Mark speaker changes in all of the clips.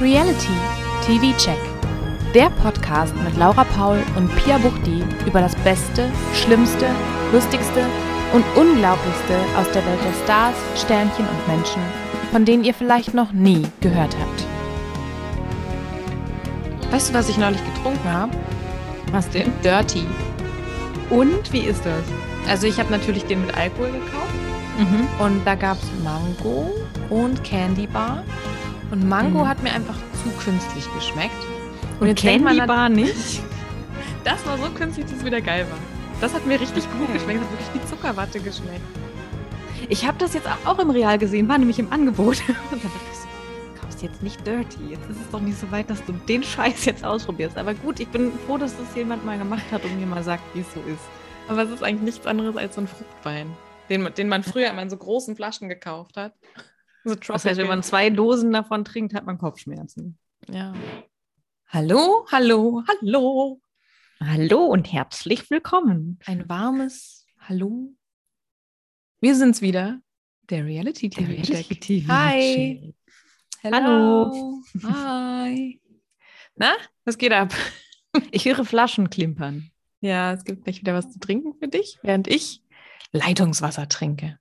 Speaker 1: Reality TV Check. Der Podcast mit Laura Paul und Pia Buchti über das Beste, Schlimmste, Lustigste und Unglaublichste aus der Welt der Stars, Sternchen und Menschen, von denen ihr vielleicht noch nie gehört habt.
Speaker 2: Weißt du, was ich neulich getrunken habe?
Speaker 1: Was denn?
Speaker 2: Dirty. Und wie ist das? Also ich habe natürlich den mit Alkohol gekauft
Speaker 1: Mhm.
Speaker 2: und da gab es Mango und Candy Bar. Und Mango
Speaker 1: Mhm.
Speaker 2: hat mir einfach zu künstlich geschmeckt.
Speaker 1: Und
Speaker 2: jetzt denkt man
Speaker 1: Candy-Bar
Speaker 2: nicht? Das war so künstlich, dass es wieder geil war. Das hat mir richtig gut geschmeckt. Das hat wirklich wie Zuckerwatte geschmeckt.
Speaker 3: Ich habe das jetzt auch im Real gesehen, war nämlich im Angebot. Und dann dachte ich so, du kaufst jetzt nicht Dirty. Jetzt ist es doch nicht so weit, dass du den Scheiß jetzt ausprobierst. Aber gut, ich bin froh, dass das jemand mal gemacht hat und mir mal sagt, wie es so ist.
Speaker 2: Aber es ist eigentlich nichts anderes als so ein Fruchtwein, den, man- den man früher immer in so großen Flaschen gekauft hat. So
Speaker 3: Das heißt, Also wenn
Speaker 2: Tropical.
Speaker 3: man zwei Dosen davon trinkt, hat man Kopfschmerzen.
Speaker 2: Ja. Hallo, hallo, hallo.
Speaker 3: Hallo und herzlich willkommen.
Speaker 2: Ein warmes Hallo. Wir sind's wieder, der Reality TV Check. Hi.
Speaker 3: Hi. Hallo.
Speaker 2: Hi. Na, was geht ab?
Speaker 3: Ich höre Flaschen klimpern.
Speaker 2: Ja, es gibt gleich wieder was zu trinken für dich, während ich Leitungswasser trinke.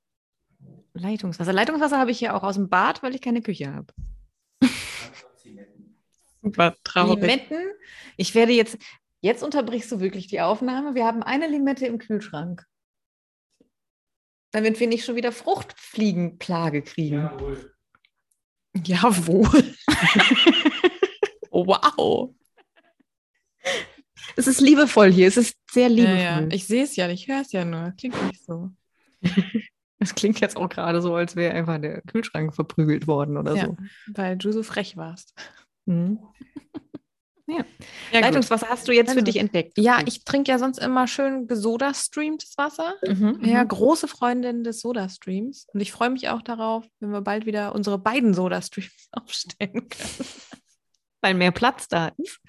Speaker 3: Leitungswasser. Leitungswasser habe ich ja auch aus dem Bad, weil ich keine Küche habe.
Speaker 2: Super traurig.
Speaker 3: Limetten. Ich werde jetzt, jetzt unterbrichst du wirklich die Aufnahme. Wir haben eine Limette im Kühlschrank. Damit wir nicht schon wieder Fruchtfliegenplage kriegen.
Speaker 2: Jawohl. wow.
Speaker 3: Es ist liebevoll hier. Es ist sehr liebevoll.
Speaker 2: Ja, ja. Ich sehe es ja, ich höre es ja nur. Klingt nicht so.
Speaker 3: es klingt jetzt auch gerade so, als wäre einfach der Kühlschrank verprügelt worden oder
Speaker 2: Ja,
Speaker 3: so.
Speaker 2: weil du so frech warst.
Speaker 3: Hm.
Speaker 2: Ja, gut.
Speaker 3: Leitungswasser hast du jetzt für
Speaker 2: Also-
Speaker 3: dich entdeckt.
Speaker 2: ja ich trinke ja sonst immer schön gesodastreamtes Wasser.
Speaker 3: Mhm,
Speaker 2: Ja,
Speaker 3: mhm.
Speaker 2: große Freundin des Soda-Streams. Und ich freue mich auch darauf, wenn wir bald wieder unsere beiden Soda-Streams aufstellen können.
Speaker 3: weil mehr Platz da ist.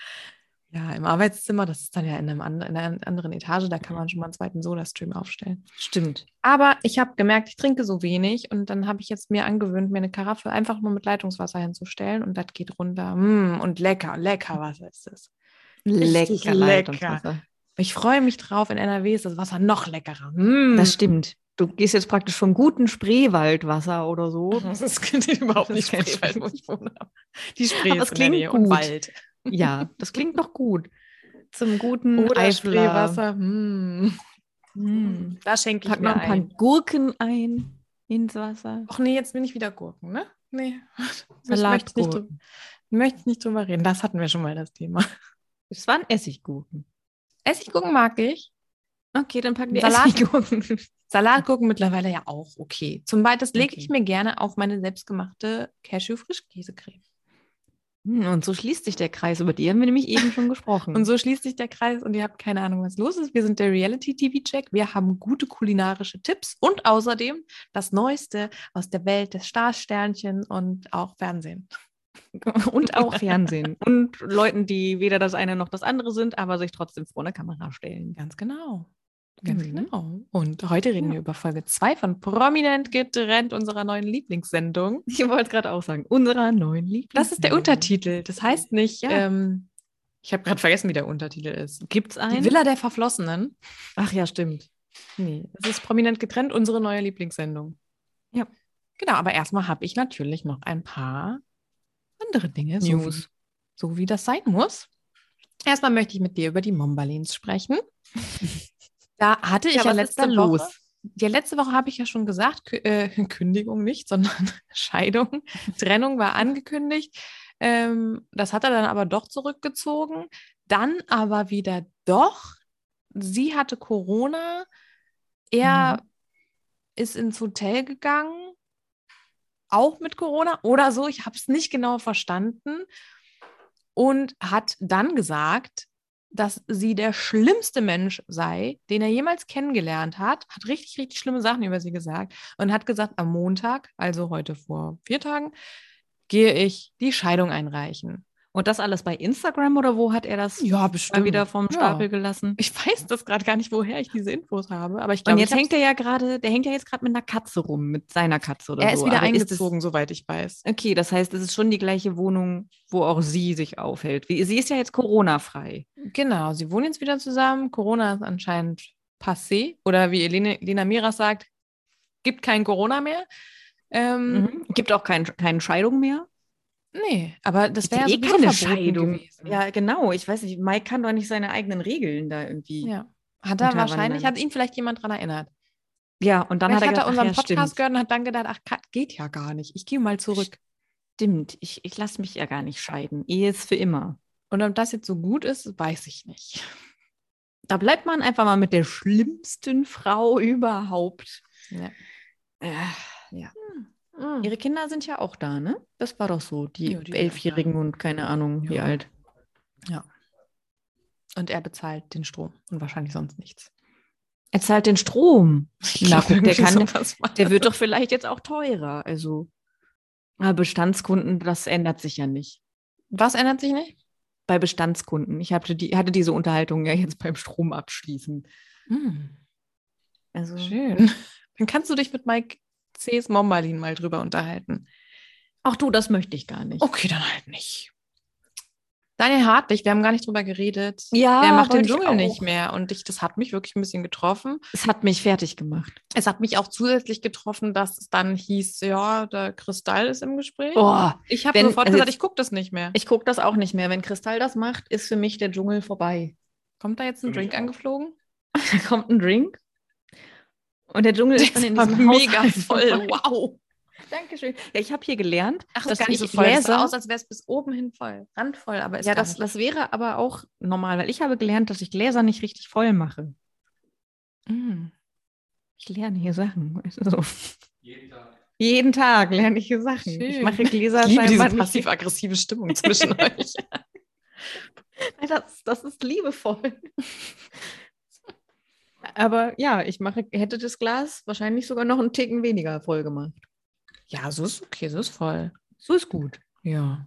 Speaker 2: Ja, im Arbeitszimmer, das ist dann ja in, einem and in einer anderen Etage, da kann man schon mal einen zweiten Soda-Stream aufstellen.
Speaker 3: Stimmt.
Speaker 2: Aber ich habe gemerkt, ich trinke so wenig und dann habe ich jetzt mir angewöhnt, mir eine Karaffe einfach nur mit Leitungswasser hinzustellen und das geht runter. Mm, und lecker, lecker Wasser ist es. Richtig lecker.
Speaker 3: Lecker, Leitungswasser.
Speaker 2: Ich freue mich drauf, in NRW ist das Wasser noch leckerer. Mm.
Speaker 3: Das stimmt. Du gehst jetzt praktisch vom guten Spreewaldwasser oder so
Speaker 2: Das klingt überhaupt
Speaker 3: Das
Speaker 2: nicht
Speaker 3: kenn
Speaker 2: Spree,
Speaker 3: ich
Speaker 2: weil wo ich wohne. Die Spree
Speaker 3: Aber
Speaker 2: ist in
Speaker 3: es
Speaker 2: der
Speaker 3: klingt
Speaker 2: Nähe und
Speaker 3: gut.
Speaker 2: Wald.
Speaker 3: Ja, das klingt doch gut. Zum guten
Speaker 2: Oder
Speaker 3: Eifler.
Speaker 2: Spreewasser. Hm.
Speaker 3: Hm.
Speaker 2: Mm. Da schenke ich
Speaker 3: Pack noch
Speaker 2: mir
Speaker 3: ein paar
Speaker 2: ein.
Speaker 3: Gurken ein ins Wasser.
Speaker 2: Ach nee, jetzt bin ich wieder Gurken, ne? Nee. Ich möchte nicht, drüber,
Speaker 3: Salatgurken.
Speaker 2: möchte ich nicht drüber reden. Das hatten wir schon mal, das Thema.
Speaker 3: Es waren Essiggurken.
Speaker 2: Essiggurken mag ich.
Speaker 3: Okay, dann packen
Speaker 2: wir
Speaker 3: wir Essiggurken.
Speaker 2: Salatgurken mittlerweile ja auch okay. Zum Beispiel, das lege
Speaker 3: Okay.
Speaker 2: ich mir gerne auf meine selbstgemachte Cashew-Frischkäsecreme.
Speaker 3: Hm, Und so schließt sich der Kreis. Über die haben wir nämlich eben schon gesprochen.
Speaker 2: Und so schließt sich der Kreis und ihr habt keine Ahnung, was los ist. Wir sind der Reality-TV-Check. Wir haben gute kulinarische Tipps und außerdem das Neueste aus der Welt des Starsternchen und auch Fernsehen.
Speaker 3: Und auch Fernsehen. Und Leuten, die weder das eine noch das andere sind, aber sich trotzdem vor einer Kamera stellen.
Speaker 2: Ganz genau. Ganz
Speaker 3: Mhm.
Speaker 2: genau. Und heute reden
Speaker 3: Ja.
Speaker 2: wir über Folge 2 von Prominent getrennt, unserer neuen Lieblingssendung.
Speaker 3: Ich wollte es gerade auch sagen. Unserer neuen Lieblings.
Speaker 2: Das ist der Untertitel. Das heißt nicht,
Speaker 3: Mhm. Ja.
Speaker 2: ähm, ich habe gerade vergessen, wie der Untertitel ist.
Speaker 3: Gibt's
Speaker 2: Die
Speaker 3: einen?
Speaker 2: Villa der Verflossenen.
Speaker 3: Ach ja, stimmt.
Speaker 2: Nee, es ist prominent getrennt, unsere neue Lieblingssendung.
Speaker 3: Ja.
Speaker 2: Genau, aber erstmal habe ich natürlich noch ein paar andere Dinge, so wie,
Speaker 3: News.
Speaker 2: so wie das sein muss. Erstmal möchte ich mit dir über die Mombalins sprechen. Da hatte ich ja,
Speaker 3: was ist
Speaker 2: letzte
Speaker 3: da
Speaker 2: Woche.
Speaker 3: los?
Speaker 2: Ja, letzte Woche habe ich ja schon gesagt, Kü- äh, Kündigung nicht, sondern Scheidung, Trennung war angekündigt. Ähm, das hat er dann aber doch zurückgezogen. Dann aber wieder doch. Sie hatte Corona. Er ist ins Hotel gegangen, auch mit Corona oder so. Ich habe es nicht genau verstanden. Und hat dann gesagt, dass sie der schlimmste Mensch sei, den er jemals kennengelernt hat. Hat richtig, richtig schlimme Sachen über sie gesagt. Und hat gesagt, am Montag, also heute vor vier Tagen, gehe ich die Scheidung einreichen.
Speaker 3: Und das alles bei Instagram oder wo hat er das
Speaker 2: Ja,
Speaker 3: mal
Speaker 2: bestimmt.
Speaker 3: wieder vom
Speaker 2: Ja.
Speaker 3: Stapel gelassen?
Speaker 2: Ich weiß das gerade gar nicht, woher ich diese Infos habe, aber ich
Speaker 3: Und
Speaker 2: glaube,
Speaker 3: jetzt
Speaker 2: ich
Speaker 3: hängt er ja gerade, der hängt ja jetzt gerade mit einer Katze rum, mit seiner Katze oder
Speaker 2: er
Speaker 3: so.
Speaker 2: ist wieder
Speaker 3: Aber
Speaker 2: eingezogen, soweit ich weiß.
Speaker 3: das, okay, das heißt, es ist schon die gleiche Wohnung, wo auch sie sich aufhält. Wie, sie ist ja jetzt Corona-frei.
Speaker 2: Genau, sie wohnen jetzt wieder zusammen. Corona ist anscheinend passé oder wie Elene, Lena Miras sagt, gibt kein Corona mehr. Ähm,
Speaker 3: Mhm. Gibt auch kein, keine Scheidung mehr.
Speaker 2: Nee, aber das wäre ja
Speaker 3: eh
Speaker 2: sowieso
Speaker 3: keine
Speaker 2: verboten
Speaker 3: Scheidung.
Speaker 2: gewesen.
Speaker 3: Ja, genau. Ich weiß nicht, Mike kann doch nicht seine eigenen Regeln da irgendwie.
Speaker 2: Ja. Hat er wahrscheinlich,
Speaker 3: Unterwandern.
Speaker 2: hat ihn vielleicht jemand daran erinnert.
Speaker 3: Ja, und dann
Speaker 2: Dann vielleicht hat er,
Speaker 3: gedacht,
Speaker 2: unseren
Speaker 3: ach ja,
Speaker 2: Podcast
Speaker 3: stimmt.
Speaker 2: gehört und hat dann gedacht, ach, Kat, geht ja gar nicht. Ich gehe mal zurück.
Speaker 3: Stimmt, ich, ich lasse mich ja gar nicht scheiden. Ehe ist für immer.
Speaker 2: Und ob das jetzt so gut ist, weiß ich nicht.
Speaker 3: Da bleibt man einfach mal mit der schlimmsten Frau überhaupt.
Speaker 2: Ja.
Speaker 3: Äh, ihre Kinder sind ja auch da, ne? Das war doch so, die,
Speaker 2: Ja, die sind auch da.
Speaker 3: Elfjährigen und keine Ahnung, wie
Speaker 2: Ja.
Speaker 3: alt.
Speaker 2: Und er bezahlt den Strom und wahrscheinlich sonst nichts.
Speaker 3: Er zahlt den Strom. Na, guck, der kann-
Speaker 2: das
Speaker 3: Der wird doch vielleicht jetzt auch teurer. Also ah, Bestandskunden, das ändert sich ja nicht.
Speaker 2: Was ändert sich nicht?
Speaker 3: Bei Bestandskunden. Ich hatte, die, hatte diese Unterhaltung ja jetzt beim Strom abschließen.
Speaker 2: Hm,
Speaker 3: Also
Speaker 2: schön. Hm. Dann kannst du dich mit Mike C.'s Mombalin mal drüber unterhalten.
Speaker 3: Ach du, das möchte ich gar nicht.
Speaker 2: Okay, dann halt nicht. Daniel Hartwig, wir haben gar nicht drüber geredet.
Speaker 3: Ja,
Speaker 2: der macht den
Speaker 3: wollte ich auch.
Speaker 2: Dschungel nicht mehr. Und ich, das hat mich wirklich ein bisschen getroffen.
Speaker 3: Es hat mich fertig gemacht.
Speaker 2: Es hat mich auch zusätzlich getroffen, dass es dann hieß, ja, der Kristall ist im Gespräch.
Speaker 3: Boah,
Speaker 2: ich habe
Speaker 3: wenn-
Speaker 2: sofort
Speaker 3: also
Speaker 2: gesagt,
Speaker 3: jetzt-
Speaker 2: ich gucke Oh, das nicht mehr.
Speaker 3: ich gucke das auch nicht mehr. Wenn Kristall das macht, ist für mich der Dschungel vorbei.
Speaker 2: Kommt da jetzt ein
Speaker 4: Für mich
Speaker 2: Drink angeflogen?
Speaker 3: Da kommt ein Drink und der Dschungel ist dann in
Speaker 2: war
Speaker 3: diesem
Speaker 2: mega
Speaker 3: Haushalt
Speaker 2: voll.
Speaker 3: vorbei.
Speaker 2: Wow.
Speaker 3: Dankeschön. Ja, ich habe hier gelernt,
Speaker 2: Ach,
Speaker 3: dass
Speaker 2: ist gar nicht so
Speaker 3: ich
Speaker 2: voll. Das
Speaker 3: Gläser-
Speaker 2: sah aus, als wäre es bis oben hin voll. Randvoll, aber ist
Speaker 3: ja,
Speaker 2: gar
Speaker 3: das,
Speaker 2: nicht.
Speaker 3: das wäre aber auch normal, weil ich habe gelernt, dass ich Gläser nicht richtig voll mache.
Speaker 2: Mm.
Speaker 3: Ich lerne hier Sachen. Also,
Speaker 4: Jeden Tag.
Speaker 3: jeden Tag lerne ich hier Sachen. Ich
Speaker 2: Schön.
Speaker 3: mache Gläser
Speaker 2: Ich liebe diese
Speaker 3: scheinbar nicht.
Speaker 2: passiv-aggressive Stimmung zwischen euch.
Speaker 3: Das, das ist liebevoll. Aber ja, ich mache, hätte das Glas wahrscheinlich sogar noch einen Ticken weniger voll gemacht.
Speaker 2: Ja, so ist okay, so ist voll.
Speaker 3: So ist gut.
Speaker 2: Ja.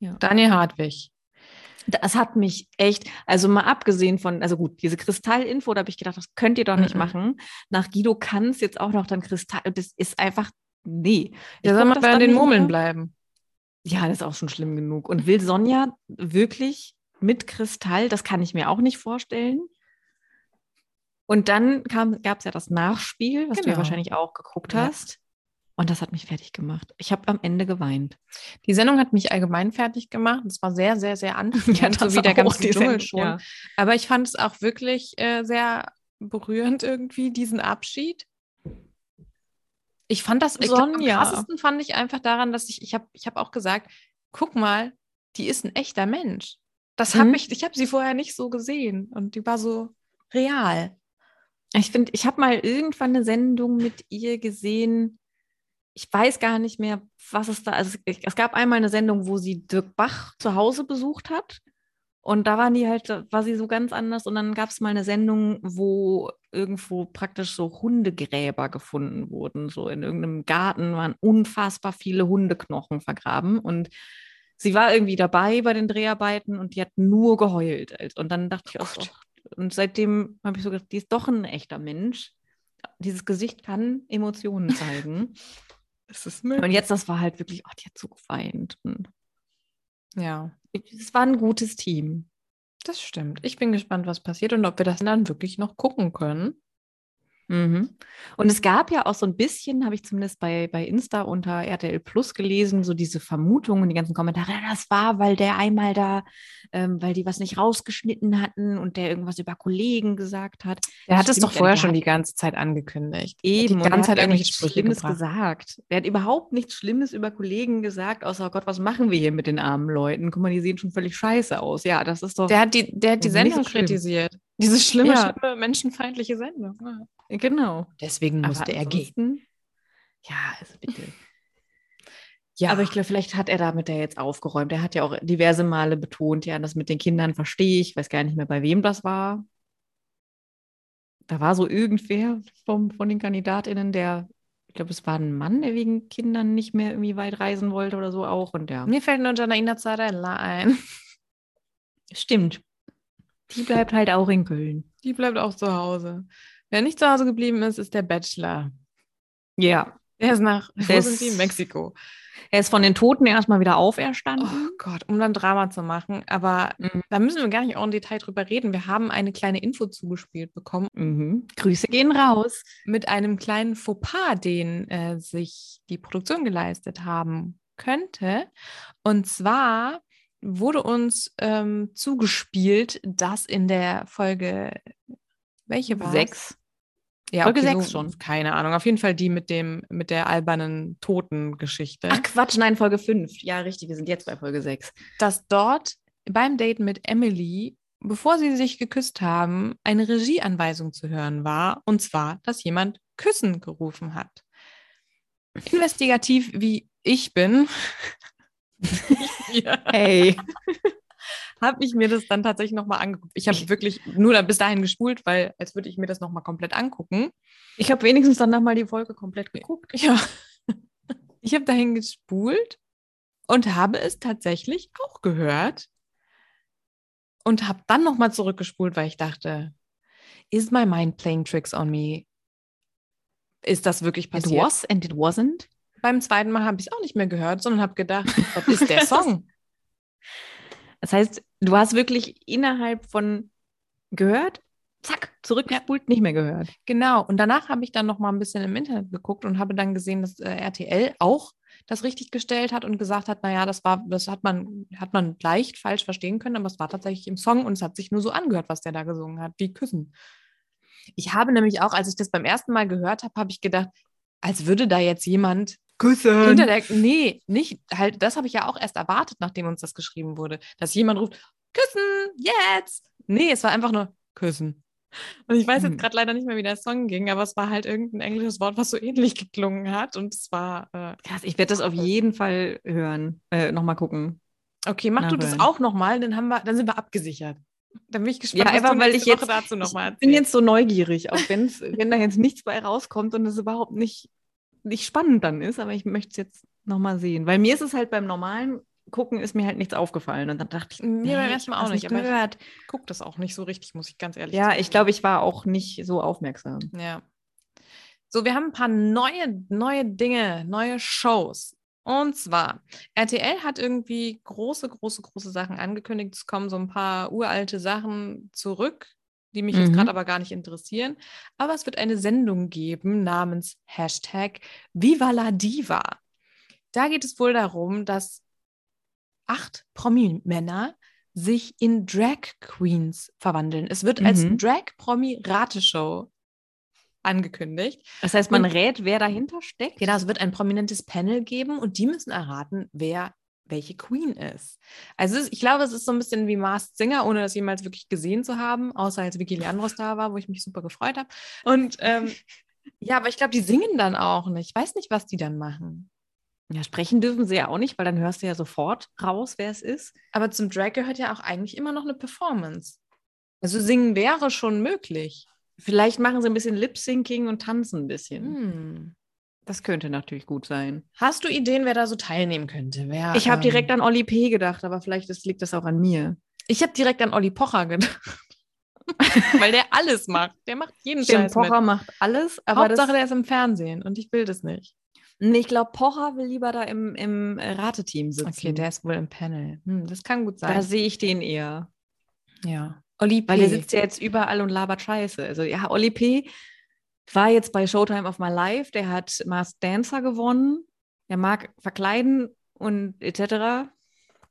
Speaker 3: Ja.
Speaker 2: Daniel Hartwig.
Speaker 3: Das hat mich echt, also mal abgesehen von, also gut, diese Kristallinfo, da habe ich gedacht, das könnt ihr doch nicht
Speaker 2: Mhm.
Speaker 3: machen. Nach Guido Kanz jetzt auch noch dann Kristall, das ist einfach, nee.
Speaker 2: Der
Speaker 3: Ich
Speaker 2: soll
Speaker 3: guck
Speaker 2: mal
Speaker 3: das
Speaker 2: bei
Speaker 3: dann
Speaker 2: den
Speaker 3: nicht mehr.
Speaker 2: Murmeln bleiben.
Speaker 3: Ja, das ist auch schon schlimm genug. Und will Sonja wirklich mit Kristall, das kann ich mir auch nicht vorstellen. Und dann gab es ja das Nachspiel, was du ja
Speaker 2: Genau.
Speaker 3: wahrscheinlich auch geguckt
Speaker 2: Ja.
Speaker 3: hast. Und das hat mich fertig gemacht. Ich habe am Ende geweint.
Speaker 2: Die Sendung hat mich allgemein fertig gemacht. Es war sehr, sehr, sehr anstrengend, so wie der ganze Dschungel schon.
Speaker 3: Ja.
Speaker 2: Aber ich fand es auch wirklich äh, sehr berührend irgendwie, diesen Abschied. Ich fand das, ich glaub, am
Speaker 3: Sonja.
Speaker 2: krassesten fand ich einfach daran, dass ich, ich habe ich hab auch gesagt, guck mal, die ist ein echter Mensch. Das hab
Speaker 3: Mhm.
Speaker 2: ich, ich habe sie vorher nicht so gesehen und die war so real.
Speaker 3: Ich finde, ich habe mal irgendwann eine Sendung mit ihr gesehen. Ich weiß gar nicht mehr, was es da. Also es, es gab einmal eine Sendung, wo sie Dirk Bach zu Hause besucht hat. Und da waren die halt, da war sie so ganz anders. Und dann gab es mal eine Sendung, wo irgendwo praktisch so Hundegräber gefunden wurden. So in irgendeinem Garten waren unfassbar viele Hundeknochen vergraben. Und sie war irgendwie dabei bei den Dreharbeiten und die hat nur geheult. als- Und dann dachte ich auch so,
Speaker 2: Gott.
Speaker 3: und seitdem habe ich so gedacht, die ist doch ein echter Mensch. Dieses Gesicht kann Emotionen zeigen.
Speaker 2: Es ist
Speaker 3: und jetzt, das war halt wirklich, oh, die hat so geweint. Und
Speaker 2: Ja,
Speaker 3: Es war ein gutes Team.
Speaker 2: das stimmt. Ich bin gespannt, was passiert und ob wir das dann wirklich noch gucken können.
Speaker 3: Mhm. Und es gab ja auch so ein bisschen, habe ich zumindest bei, bei Insta unter RTL Plus gelesen, so diese Vermutungen und die ganzen Kommentare, "Ja, das war, weil der einmal da, ähm, weil die was nicht rausgeschnitten hatten und der irgendwas über Kollegen gesagt hat.
Speaker 2: Er
Speaker 3: Das
Speaker 2: hat es
Speaker 3: stimmt
Speaker 2: doch
Speaker 3: ja
Speaker 2: vorher
Speaker 3: nicht.
Speaker 2: schon die ganze Zeit angekündigt.
Speaker 3: Eben,
Speaker 2: die
Speaker 3: und er
Speaker 2: ganze Zeit
Speaker 3: hat ja
Speaker 2: irgendwelche
Speaker 3: nichts
Speaker 2: Sprüche
Speaker 3: Schlimmes
Speaker 2: gebracht.
Speaker 3: gesagt. Der hat überhaupt nichts Schlimmes über Kollegen gesagt, außer oh Gott, was machen wir hier mit den armen Leuten? Guck mal, die sehen schon völlig scheiße aus. Ja, das ist doch.
Speaker 2: Der hat die, der hat die
Speaker 3: Das ist nicht
Speaker 2: Sendung
Speaker 3: so schlimm.
Speaker 2: kritisiert. Diese schlimme,
Speaker 3: Ja.
Speaker 2: schlimme, menschenfeindliche Sendung. ja.
Speaker 3: genau.
Speaker 2: Deswegen
Speaker 3: Aber ansonsten- also Ja, also bitte.
Speaker 2: Ja,
Speaker 3: Aber ich glaube, vielleicht hat er damit ja jetzt aufgeräumt. Er hat ja auch diverse Male betont, ja, das mit den Kindern verstehe ich. Weiß gar nicht mehr, bei wem das war. Da war so irgendwer vom, von den KandidatInnen, der glaube, es war ein Mann, der wegen Kindern nicht mehr irgendwie weit reisen wollte oder so auch. Und ja.
Speaker 2: Mir fällt nur Janaina Zarella ein.
Speaker 3: Stimmt. Die bleibt halt auch in Köln.
Speaker 2: Die bleibt auch zu Hause. Wer nicht zu Hause geblieben ist, ist der Bachelor.
Speaker 3: Ja.
Speaker 2: Der ist nach
Speaker 3: Der
Speaker 2: wo sind
Speaker 3: ist-
Speaker 2: die? Mexiko.
Speaker 3: Er ist von den Toten erstmal wieder
Speaker 2: Oh
Speaker 3: auferstanden.
Speaker 2: Gott, um dann Drama zu machen. Aber
Speaker 3: Mhm.
Speaker 2: da müssen wir gar nicht auch im Detail drüber reden. Wir haben eine kleine Info zugespielt bekommen
Speaker 3: Mhm. Grüße gehen raus.
Speaker 2: mit einem kleinen Fauxpas, den äh, sich die Produktion geleistet haben könnte. Und zwar wurde uns ähm, zugespielt, dass in der Folge, welche war
Speaker 3: Sechs.
Speaker 2: Ja,
Speaker 3: Folge
Speaker 2: okay,
Speaker 3: sechs
Speaker 2: so,
Speaker 3: schon.
Speaker 2: Keine Ahnung. Auf jeden Fall die mit dem mit der albernen Totengeschichte.
Speaker 3: Ach Quatsch, nein, Folge 5. Ja, richtig, wir sind jetzt bei Folge 6.
Speaker 2: dass dort beim Date mit Emily, bevor sie sich geküsst haben, eine Regieanweisung zu hören war, und zwar, dass jemand Küssen gerufen hat. Investigativ wie ich bin,
Speaker 3: Hey.
Speaker 2: habe ich mir das dann tatsächlich nochmal angeguckt. Ich habe wirklich nur da, bis dahin gespult, weil als würde ich mir das nochmal komplett angucken.
Speaker 3: Ich habe wenigstens danach mal die Folge komplett geguckt.
Speaker 2: Ja. Ich habe dahin gespult und habe es tatsächlich auch gehört und habe dann nochmal zurückgespult, weil ich dachte, is my mind playing tricks on me? Ist das wirklich
Speaker 3: It
Speaker 2: passiert?
Speaker 3: was and it wasn't.
Speaker 2: Beim zweiten Mal habe ich es auch nicht mehr gehört, sondern habe gedacht, was ist der Song?
Speaker 3: Das heißt, du hast wirklich innerhalb von gehört, zack, zurückgespult, nicht mehr gehört.
Speaker 2: genau. Und danach habe ich dann nochmal ein bisschen im Internet geguckt und habe dann gesehen, dass äh, RTL auch das richtig gestellt hat und gesagt hat, naja, das war, das hat man, hat man leicht falsch verstehen können, aber es war tatsächlich im Song und es hat sich nur so angehört, was der da gesungen hat, wie Küssen. Ich habe nämlich auch, als ich das beim ersten Mal gehört habe, habe ich gedacht, als würde da jetzt jemand
Speaker 3: Küssen.
Speaker 2: hinter der, nee, nicht, halt, das habe ich ja auch erst erwartet, nachdem uns das geschrieben wurde, dass jemand ruft, küssen, jetzt. Nee, es war einfach nur küssen. Und ich weiß
Speaker 3: Hm.
Speaker 2: jetzt gerade leider nicht mehr, wie der Song ging, aber es war halt irgendein englisches Wort, was so ähnlich geklungen hat. Und es war, äh,
Speaker 3: Krass, ich werde das auf jeden Fall hören, äh, nochmal gucken.
Speaker 2: okay, mach du das
Speaker 3: Nachhören.
Speaker 2: auch nochmal, dann, haben wir- dann sind wir abgesichert. Dann bin ich gespannt,
Speaker 3: Ja,
Speaker 2: was
Speaker 3: einfach,
Speaker 2: du
Speaker 3: weil
Speaker 2: nächste
Speaker 3: ich jetzt-
Speaker 2: Woche dazu nochmal
Speaker 3: Ich bin
Speaker 2: erzählst.
Speaker 3: jetzt so neugierig, auch wenn's, wenn da jetzt nichts bei rauskommt und es überhaupt nicht, nicht spannend dann ist, aber ich möchte es jetzt nochmal sehen. Weil mir ist es halt beim normalen Gucken ist mir halt nichts aufgefallen und dann dachte ich,
Speaker 2: Mir beim
Speaker 3: ich
Speaker 2: ersten Mal
Speaker 3: hab
Speaker 2: auch
Speaker 3: das
Speaker 2: nicht, aber ich-
Speaker 3: gehört.
Speaker 2: Guck das auch nicht so richtig, muss ich ganz ehrlich
Speaker 3: Ja,
Speaker 2: sagen.
Speaker 3: ich glaube, ich war auch nicht so aufmerksam.
Speaker 2: Ja. So, wir haben ein paar neue, neue Dinge, neue Shows. Und zwar, RTL hat irgendwie große, große, große Sachen angekündigt. Es kommen so ein paar uralte Sachen zurück, die mich jetzt
Speaker 3: Mhm.
Speaker 2: gerade aber gar nicht interessieren. Aber es wird eine Sendung geben namens Hashtag Viva la Diva. Da geht es wohl darum, dass acht Promi-Männer sich in Drag Queens verwandeln. Es wird als
Speaker 3: Mhm.
Speaker 2: Drag-Promi-Rateshow angekündigt.
Speaker 3: Das heißt, man rät, wer dahinter steckt.
Speaker 2: Genau, es wird ein prominentes Panel geben und die müssen erraten, wer welche Queen ist. Also es ist, ich glaube, es ist so ein bisschen wie Masked Singer, ohne das jemals wirklich gesehen zu haben, außer als Vicky Leandros da war, wo ich mich super gefreut habe. Und ähm, ja, aber ich glaube, die singen dann auch nicht. Ich weiß nicht, was die dann machen.
Speaker 3: Ja, sprechen dürfen sie ja auch nicht, weil dann hörst du ja sofort raus, wer es ist.
Speaker 2: Aber zum Drag gehört ja auch eigentlich immer noch eine Performance. Also singen wäre schon möglich.
Speaker 3: Vielleicht machen sie ein bisschen Lip-Syncing und tanzen ein bisschen.
Speaker 2: Hm.
Speaker 3: Das könnte natürlich gut sein.
Speaker 2: Hast du Ideen, wer da so teilnehmen könnte? Wer,
Speaker 3: ich habe
Speaker 2: ähm,
Speaker 3: direkt an Oli P. gedacht, aber vielleicht ist, liegt das auch an mir.
Speaker 2: Ich habe direkt an Olli Pocher gedacht. Weil der alles macht. Der macht jeden
Speaker 3: Stimmt,
Speaker 2: Scheiß
Speaker 3: Pocher
Speaker 2: mit.
Speaker 3: macht alles, aber
Speaker 2: Hauptsache,
Speaker 3: das,
Speaker 2: der ist im Fernsehen und ich will das nicht.
Speaker 3: Nee, ich glaube, Pocher will lieber da im, im äh, Rateteam sitzen.
Speaker 2: Okay, der ist wohl im Panel. Hm, das kann gut
Speaker 3: da
Speaker 2: sein.
Speaker 3: sehe ich den eher.
Speaker 2: ja. Olli P.
Speaker 3: Weil der sitzt ja jetzt überall und labert Scheiße. Also ja, Oli P. war jetzt bei Showtime of My Life, der hat Mars Dancer gewonnen, der mag verkleiden und etc.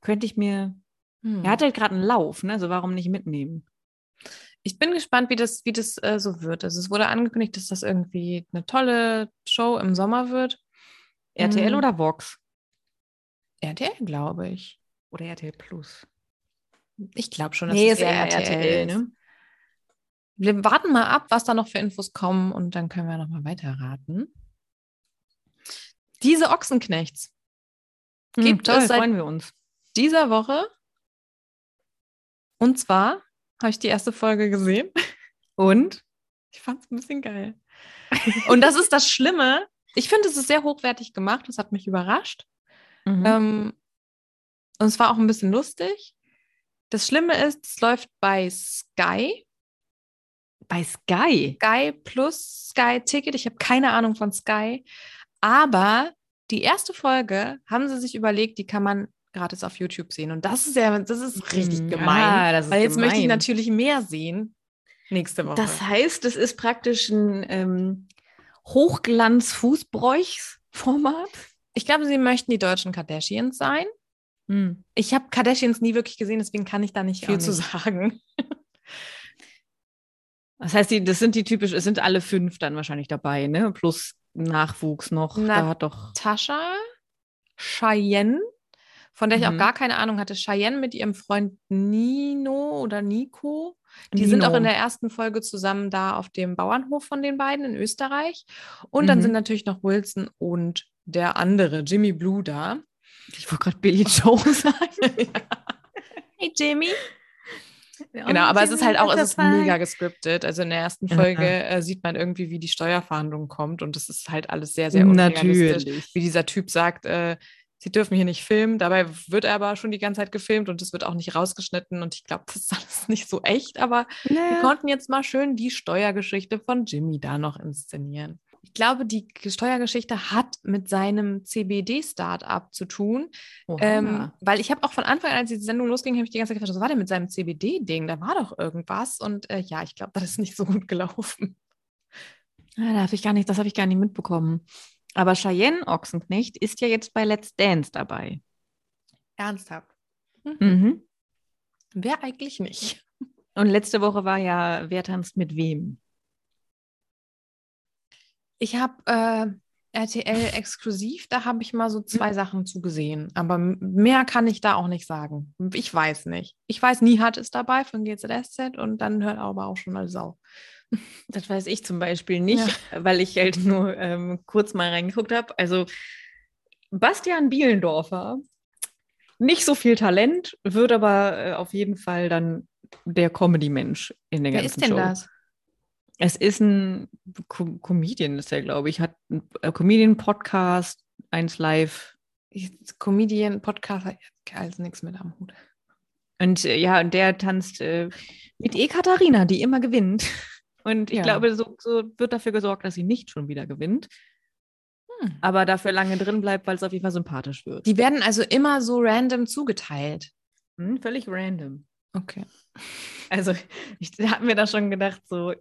Speaker 3: Könnte ich mir.
Speaker 2: Hm.
Speaker 3: Er hat halt gerade einen Lauf, ne? Also warum nicht mitnehmen?
Speaker 2: ich bin gespannt, wie das, wie das äh, so wird. Also es wurde angekündigt, dass das irgendwie eine tolle Show im Sommer wird.
Speaker 3: RTL
Speaker 2: Mhm.
Speaker 3: oder Vox?
Speaker 2: RTL, glaube ich.
Speaker 3: Oder RTL Plus?
Speaker 2: Ich glaube schon,
Speaker 3: Nee,
Speaker 2: es
Speaker 3: ist eher RTL,
Speaker 2: ist.
Speaker 3: ne?
Speaker 2: Wir warten mal ab, was da noch für Infos kommen und dann können wir nochmal weiterraten. Diese Ochsenknechts.
Speaker 3: Gibt
Speaker 2: Gibt
Speaker 3: toll,
Speaker 2: es seit-
Speaker 3: freuen wir uns.
Speaker 2: dieser Woche. Und zwar habe ich die erste Folge gesehen.
Speaker 3: Und?
Speaker 2: Ich fand es ein bisschen geil. Und das ist das Schlimme. ich finde, es ist sehr hochwertig gemacht. Das hat mich überrascht.
Speaker 3: Mhm.
Speaker 2: Ähm, und es war auch ein bisschen lustig. Das Schlimme ist, es läuft bei Sky.
Speaker 3: Bei Sky.
Speaker 2: Sky plus Sky Ticket. Ich habe keine Ahnung von Sky. Aber die erste Folge haben sie sich überlegt, die kann man gratis auf YouTube sehen. Und das ist ja, das ist richtig
Speaker 3: Mhm.
Speaker 2: gemein.
Speaker 3: Ah, das ist
Speaker 2: Weil jetzt möchte ich
Speaker 3: gemein.
Speaker 2: natürlich mehr sehen. Nächste Woche.
Speaker 3: Das heißt, es ist praktisch ein ähm, Hochglanz-Fußbräuchs-Format.
Speaker 2: ich glaube, sie möchten die deutschen Kardashians sein.
Speaker 3: Hm.
Speaker 2: Ich habe Kardashians nie wirklich gesehen, deswegen kann ich da nicht
Speaker 3: Ich
Speaker 2: viel
Speaker 3: auch
Speaker 2: zu
Speaker 3: nicht.
Speaker 2: sagen.
Speaker 3: Das heißt, die, das sind die typisch, es sind alle fünf dann wahrscheinlich dabei, ne? Plus Nachwuchs noch.
Speaker 2: Na-
Speaker 3: da hat doch.
Speaker 2: Tascha, Cheyenne, von der ich auch
Speaker 3: Mhm.
Speaker 2: gar keine Ahnung hatte. Cheyenne mit ihrem Freund Nino oder Nico. Die sind auch in der ersten Folge zusammen da auf dem Bauernhof von den beiden in Österreich. Und dann
Speaker 3: Mhm.
Speaker 2: sind natürlich noch Wilson und der andere, Jimmy Blue, da.
Speaker 3: Ich wollte gerade Billy Joe sagen.
Speaker 2: Hey Jimmy.
Speaker 3: Oh,
Speaker 2: Genau, aber es ist halt auch, es ist mega gescriptet. Also in der ersten
Speaker 3: Ja.
Speaker 2: Folge äh, sieht man irgendwie, wie die Steuerverhandlung kommt und das ist halt alles sehr, sehr unrealistisch.
Speaker 3: Natürlich.
Speaker 2: Wie dieser Typ sagt, äh, sie dürfen hier nicht filmen, dabei wird er aber schon die ganze Zeit gefilmt und es wird auch nicht rausgeschnitten und ich glaube, das ist alles nicht so echt, aber Wir
Speaker 3: Naja.
Speaker 2: konnten jetzt mal schön die Steuergeschichte von Jimmy da noch inszenieren. Ich glaube, die G- Steuergeschichte hat mit seinem CBD-Startup zu tun,
Speaker 3: Oha.
Speaker 2: ähm, weil ich habe auch von Anfang an, als die Sendung losging, habe ich die ganze Zeit gefragt, was war denn mit seinem CBD-Ding? Da war doch irgendwas und äh, ja, ich glaube, das ist nicht so gut gelaufen.
Speaker 3: Ah, da hab ich gar nicht, das habe ich gar nicht mitbekommen. Aber Cheyenne Ochsenknecht ist ja jetzt bei Let's Dance dabei.
Speaker 2: Ernsthaft?
Speaker 3: Mhm.
Speaker 2: Wer eigentlich nicht?
Speaker 3: Und letzte Woche war ja, wer tanzt mit wem?
Speaker 2: Ich habe äh, RTL exklusiv, da habe ich mal so zwei Sachen zugesehen. Aber m- mehr kann ich da auch nicht sagen. Ich weiß nicht. Ich weiß, Nihat ist dabei von GZSZ und dann hört aber auch schon alles auf.
Speaker 3: Das weiß ich zum Beispiel nicht, weil ich halt nur ähm, kurz mal reingeguckt habe. Also Bastian Bielendorfer, nicht so viel Talent, wird aber äh, auf jeden Fall dann der Comedy-Mensch in der
Speaker 2: Wer
Speaker 3: ganzen
Speaker 2: ist denn
Speaker 3: Show.
Speaker 2: das?
Speaker 3: Es ist ein Com Comedian, ist er, glaube ich. Hat einen äh, Comedian-Podcast, eins live.
Speaker 2: Ich, Comedian, Podcaster, also nichts mit am Hut.
Speaker 3: Und äh, ja, und der tanzt äh, mit Ekaterina, die immer gewinnt. Und ich
Speaker 2: Ja.
Speaker 3: glaube, so, so wird dafür gesorgt, dass sie nicht schon wieder gewinnt,
Speaker 2: Hm.
Speaker 3: aber dafür lange drin bleibt, weil es auf jeden Fall sympathisch wird.
Speaker 2: Die werden also immer so random zugeteilt.
Speaker 3: Hm, völlig random.
Speaker 2: Okay.
Speaker 3: Also, ich habe mir da schon gedacht, so,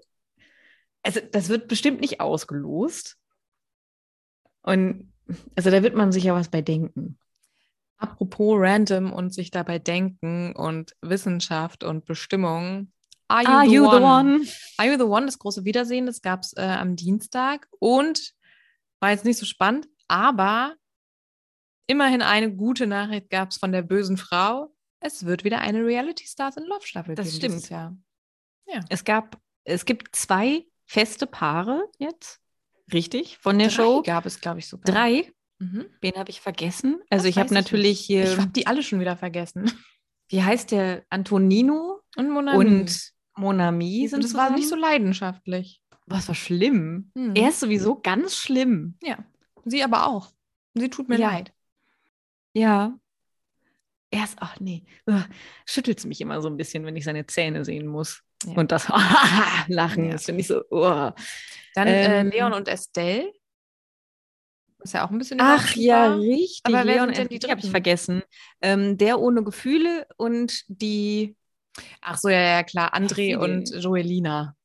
Speaker 3: also das wird bestimmt nicht ausgelost. Und also da wird man sich ja was bei denken.
Speaker 2: Apropos random und sich dabei denken und Wissenschaft und Bestimmung. Are Are You the One, das große Wiedersehen, das gab es äh, am Dienstag und war jetzt nicht so spannend, aber immerhin eine gute Nachricht gab es von der bösen Frau. Es wird wieder eine Reality Stars in Love Staffel
Speaker 3: Das
Speaker 2: geben
Speaker 3: stimmt.
Speaker 2: dieses Jahr.
Speaker 3: Es gab, es gibt zwei feste Paare jetzt, richtig, von der
Speaker 2: Drei
Speaker 3: Show.
Speaker 2: gab es, glaube ich, sogar.
Speaker 3: Drei.
Speaker 2: Mhm.
Speaker 3: Wen habe ich vergessen?
Speaker 2: Das
Speaker 3: Also ich habe
Speaker 2: weiß ich
Speaker 3: natürlich
Speaker 2: Ich
Speaker 3: hier,
Speaker 2: habe die alle schon wieder vergessen.
Speaker 3: wie heißt der? Antonino
Speaker 2: Und Mona Lee.
Speaker 3: und Monami sind
Speaker 2: das war nicht so
Speaker 3: zusammen.
Speaker 2: leidenschaftlich.
Speaker 3: Was war schlimm?
Speaker 2: Hm.
Speaker 3: Er ist sowieso ganz schlimm.
Speaker 2: ja, sie aber auch. Sie tut mir
Speaker 3: Ja.
Speaker 2: leid.
Speaker 3: Ja. Er ist, ach nee, schüttelt es mich immer so ein bisschen, wenn ich seine Zähne sehen muss.
Speaker 2: Ja.
Speaker 3: Und das Lachen,
Speaker 2: Ja.
Speaker 3: das finde ich so. uah.
Speaker 2: Dann
Speaker 3: Ähm.
Speaker 2: äh, Leon und Estelle. Ist ja auch ein bisschen
Speaker 3: Ach ja,
Speaker 2: überraschend war.
Speaker 3: richtig.
Speaker 2: Aber wer
Speaker 3: Leon
Speaker 2: sind denn
Speaker 3: Anthony
Speaker 2: die
Speaker 3: Habe ich
Speaker 2: Dritten?
Speaker 3: vergessen. Ähm, der ohne Gefühle und die
Speaker 2: Ach so, ja, ja, klar. André
Speaker 3: Ach, wie
Speaker 2: und
Speaker 3: denn?
Speaker 2: Joelina.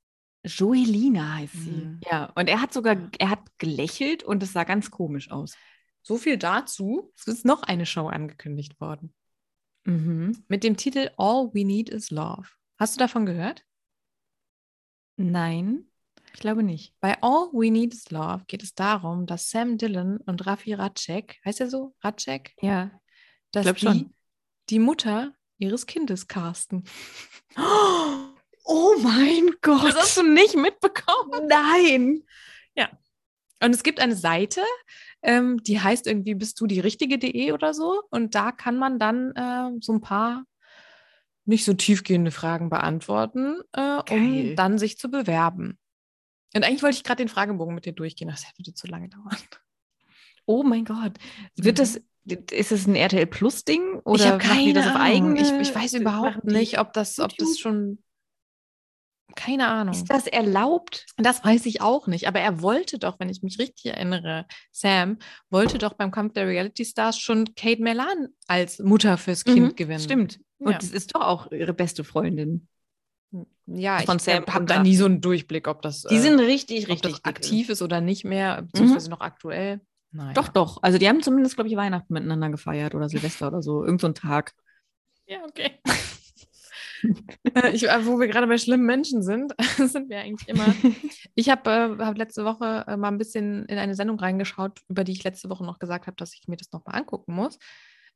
Speaker 3: Joelina heißt sie.
Speaker 2: Mhm.
Speaker 3: Ja, und er hat sogar, er hat gelächelt und es sah ganz komisch aus.
Speaker 2: So viel dazu. Es ist noch eine Show angekündigt worden.
Speaker 3: Mhm.
Speaker 2: Mit dem Titel All We Need Is Love. Hast du davon gehört?
Speaker 3: Nein, ich glaube nicht.
Speaker 2: Bei All We Need Is Love geht es darum, dass Sam Dillon und Raffi Ratschek, heißt er so? Ratschek?
Speaker 3: Ja.
Speaker 2: Dass
Speaker 3: glaub
Speaker 2: die
Speaker 3: schon.
Speaker 2: die Mutter ihres Kindes casten.
Speaker 3: Oh mein Gott.
Speaker 2: Das hast du nicht mitbekommen.
Speaker 3: Nein.
Speaker 2: Und es gibt eine Seite, ähm, die heißt irgendwie bist du die richtige.de oder so. Und da kann man dann ähm, so ein paar nicht so tiefgehende Fragen beantworten, äh, um
Speaker 3: Geil.
Speaker 2: dann sich zu bewerben. Und eigentlich wollte ich gerade den Fragebogen mit dir durchgehen, aber das würde zu lange dauern.
Speaker 3: Oh mein Gott. Wird
Speaker 2: Mhm.
Speaker 3: das, ist es ein RTL Plus Ding? Oder
Speaker 2: hab
Speaker 3: machen die das auf
Speaker 2: Ahnung.
Speaker 3: eigene?
Speaker 2: Ich, ich weiß überhaupt
Speaker 3: machen die-
Speaker 2: nicht, ob das, ob das
Speaker 3: YouTube?
Speaker 2: schon. Keine Ahnung.
Speaker 3: Ist das erlaubt?
Speaker 2: Das weiß ich auch nicht, aber er wollte doch, wenn ich mich richtig erinnere, Sam wollte doch beim Kampf der Reality Stars schon Kate Melan als Mutter fürs Kind
Speaker 3: Mhm,
Speaker 2: gewinnen.
Speaker 3: Stimmt. Und
Speaker 2: Ja.
Speaker 3: das ist doch auch ihre beste Freundin.
Speaker 2: Ja,
Speaker 3: Von
Speaker 2: ich
Speaker 3: Sam
Speaker 2: habe
Speaker 3: und
Speaker 2: da
Speaker 3: Ra-
Speaker 2: nie so einen Durchblick, ob das,
Speaker 3: Die
Speaker 2: äh,
Speaker 3: sind richtig,
Speaker 2: ob
Speaker 3: richtig
Speaker 2: das aktiv ist oder nicht mehr, beziehungsweise noch aktuell. Nein.
Speaker 3: Doch, doch. Also die haben zumindest, glaube ich, Weihnachten miteinander gefeiert oder Silvester oder so. Irgend so ein Tag.
Speaker 2: Ja, okay. Äh, ich, äh, wo wir gerade bei schlimmen Menschen sind, sind wir eigentlich immer. Ich habe äh, hab letzte Woche äh, mal ein bisschen in eine Sendung reingeschaut, über die ich letzte Woche noch gesagt habe, dass ich mir das nochmal angucken muss.